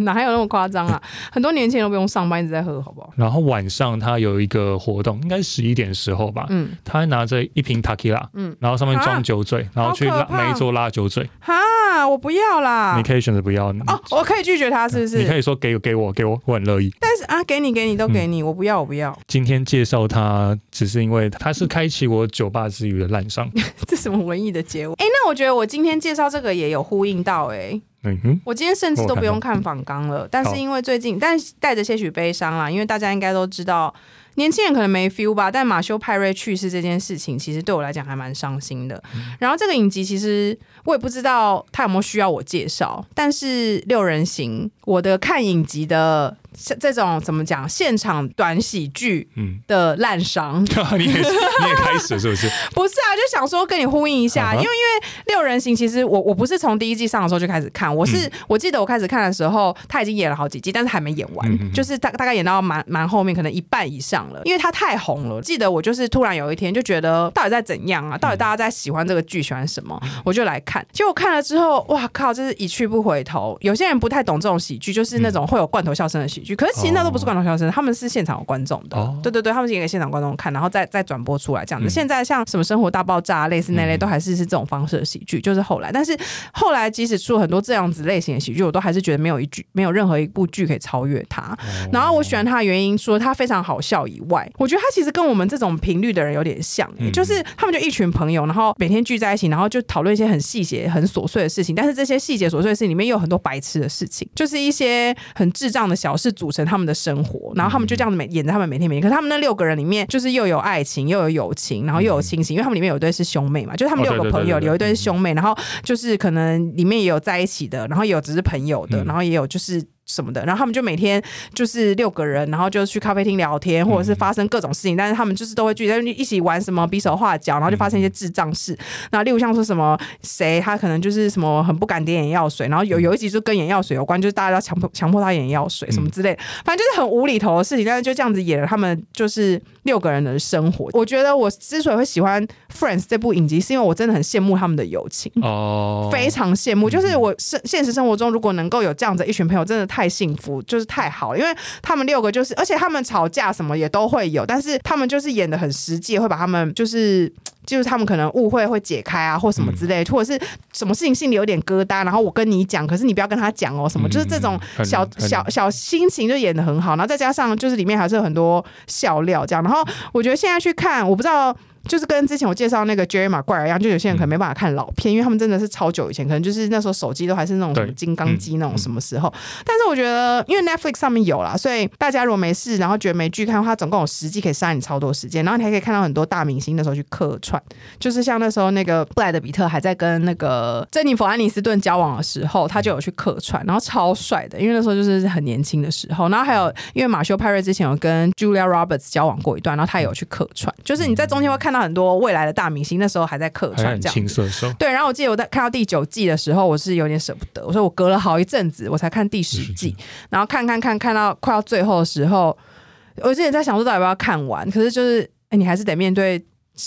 哪还有那么夸张 啊？很多年轻人都不用上班，一直在喝，好不好？
然后晚上他有一个活动，应该十一点时候吧，
嗯，
他还拿着一瓶 t a k i l a
嗯
嗯，然后上面
啊
装酒嘴，然后去
好可
拉
怕啊
每一桌拉酒嘴，
哈，我不要啦
你。可以选择不要，
哦，我可以拒绝他，是不
你可
是？
以嗯说给我给我给我，我很乐意。
但是啊，给你给你都给你，我不要我不要，
今天介绍他，只是因为他是开启我酒吧之余的 烂伤。
这什么文艺的结尾？哎，那我觉得我今天介绍这个也有呼应到哎、诶
嗯哼，
我今天甚至都不用看访纲了，但是因为最近，但是带着些许悲伤啦，因为大家应该都知道，年轻人可能没 feel 吧，但马修派瑞去世这件事情，其实对我来讲还蛮伤心的。然后这个影集其实我也不知道他有没有需要我介绍，但是六人行，我的看影集的这这种怎么讲，现场短喜剧
嗯，
的烂伤，
你也是你也开始是 不是？
不是啊，就想说跟你呼应一下，
啊哈
因为因为六人行其实我我不是从第一季上的时候就开始看，我
嗯
是、我记得我开始看的时候他已经演了好几季，但是还没演完，
嗯嗯嗯
就是大大概演到蛮蛮后面，可能一半以上了，因为他太红了。记得我就是突然有一天就觉得到底在怎样
嗯
啊？到底大家在喜欢这个剧喜欢什么？我就来看，结果看了之后，哇靠，这是一去不回头。有些人不太懂这种喜剧，就是那
嗯
种会有罐头笑声的喜剧，可是其实那都不是罐头笑声，他们是现场有观众的。
哦
对对对，他们是演给现场观众看，然后再再转播出来这样子。
嗯
现在像什么《生活大爆炸》啊类似那类，
嗯
都还是是这种方式的喜剧，就是后来。但是后来即使出了很多这样子类型的喜剧，我都还
哦
是觉得没有一剧，没有任何一部剧可以超越它。然后我喜欢它的原因，除了它非常好笑以以外，我觉得他其实跟我们这种频率的人有点像、欸
嗯
就是他们就一群朋友，然后每天聚在一起，然后就讨论一些很细节、很琐碎的事情。但是这些细节琐碎的事情里面又有很多白痴的事情，就是一些很智障的小事组成他们的生活。然后他们就这样子每演着他们每天每天。可是他们那六个人里面，就是又有爱情，又有友情，然后又有亲情，因为他们里面有一对是兄妹嘛，就是他们六
哦对
个
对
朋
对
友
对对
有一对是兄妹，然后就是可能里面也有在一起的，然后也有只是朋友的，
嗯
然后也有就是。什么的，然后他们就每天就是六个人，然后就去咖啡厅聊天，或者是发生各种事情，但是他们就是都会聚在一起玩什么比手画脚，然后就发生一些智障事。那、例如像说什么谁他可能就是什么很不敢点眼药水，然后有有一集就跟眼药水有关，就是大家要强迫强迫他眼药水什么之类的，反正就是很无厘头的事情，但是就这样子演了他们就是六个人的生活。我觉得我之所以会喜欢《Friends》这部影集，是因为我真的很羡慕他们的友情。
哦，
非常羡慕，就是我生现实生活中如果能够有这样子一群朋友，真的太幸福，就是太好了。因为他们六个就是，而且他们吵架什么也都会有，但是他们就是演的很实际，会把他们就是就是他们可能误会会解开啊，或什么
嗯
之类，或者是什么事情心里有点疙瘩，然后我跟你讲，可是你不要跟他讲哦，什么，
嗯
就是这种
很
小
很
小小心情就演的很好，然后再加上就是里面还是有很多笑料这样，然后我觉得现在去看，我不知道。就是跟之前我介绍那个 Jerry 马怪一样，就有些人可能没办法看老片，因为他们真的是超久以前，可能就是那时候手机都还是那种什么
对
金刚机那种什么时候。但是我觉得，因为 Netflix 上面有啦，所以大家如果没事，然后觉得没剧看的话，它总共有十季可以杀你超多时间，然后你还可以看到很多大明星那时候去客串，就是像那时候那个布莱德比特还在跟那个珍妮弗安妮斯顿交往的时候，他就有去客串，然后超帅的，因为那时候就是很年轻的时候。然后还有，
嗯
因为马修派瑞之前有跟 Julia Roberts 交往过一段，然后他也有去客串，就是你在中间会看到很多未来的大明星那时候还在客
还
串
很
这样
青涩手，
对，然后我记得我在看到第九季的时候，我是有点舍不得，我说我隔了好一阵子我才看第十季，然后看看看看到快到最后的时候，我之前在想说到底要不要看完，可是就是哎你还是得面对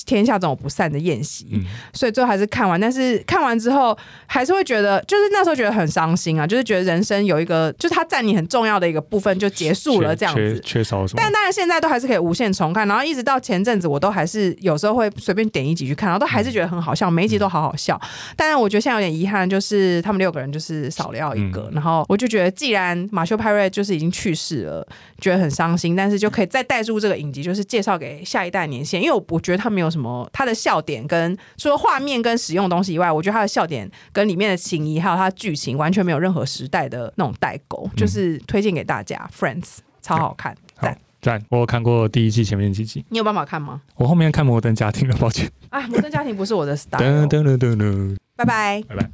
天下总有不散的宴席，
嗯，
所以最后还是看完。但是看完之后，还是会觉得，就是那时候觉得很伤心啊，就是觉得人生有一个，就是它占你很重要的一个部分就结束了
缺
这样
缺
子。
缺少什么？
但当然，现在都还是可以无限重看，然后一直到前阵子，我都还是有时候会随便点一集去看，然后都还是觉得很好笑，每一集都好好
嗯
笑。但是我觉得现在有点遗憾，就是他们六个人就是少了一个，然后我就觉得，既然马修派瑞就是已经去世了，觉得很伤心，但是就可以再带入这个影集，就是介绍给下一代年轻人，因为我我觉得他没有什么他的笑点跟除了画面跟使用的东西以外，我觉得他的笑点跟里面的情谊还有他的剧情完全没有任何时代的那种代沟，就是推荐给大家，Friends 超好看。赞
好。赞，我有看过第一季前面几集，
你有办法看吗？
我后面看《摩登家庭》了，抱歉。
啊，摩登家庭不是我的 style。
噔噔噔噔噔，
拜拜。
拜拜。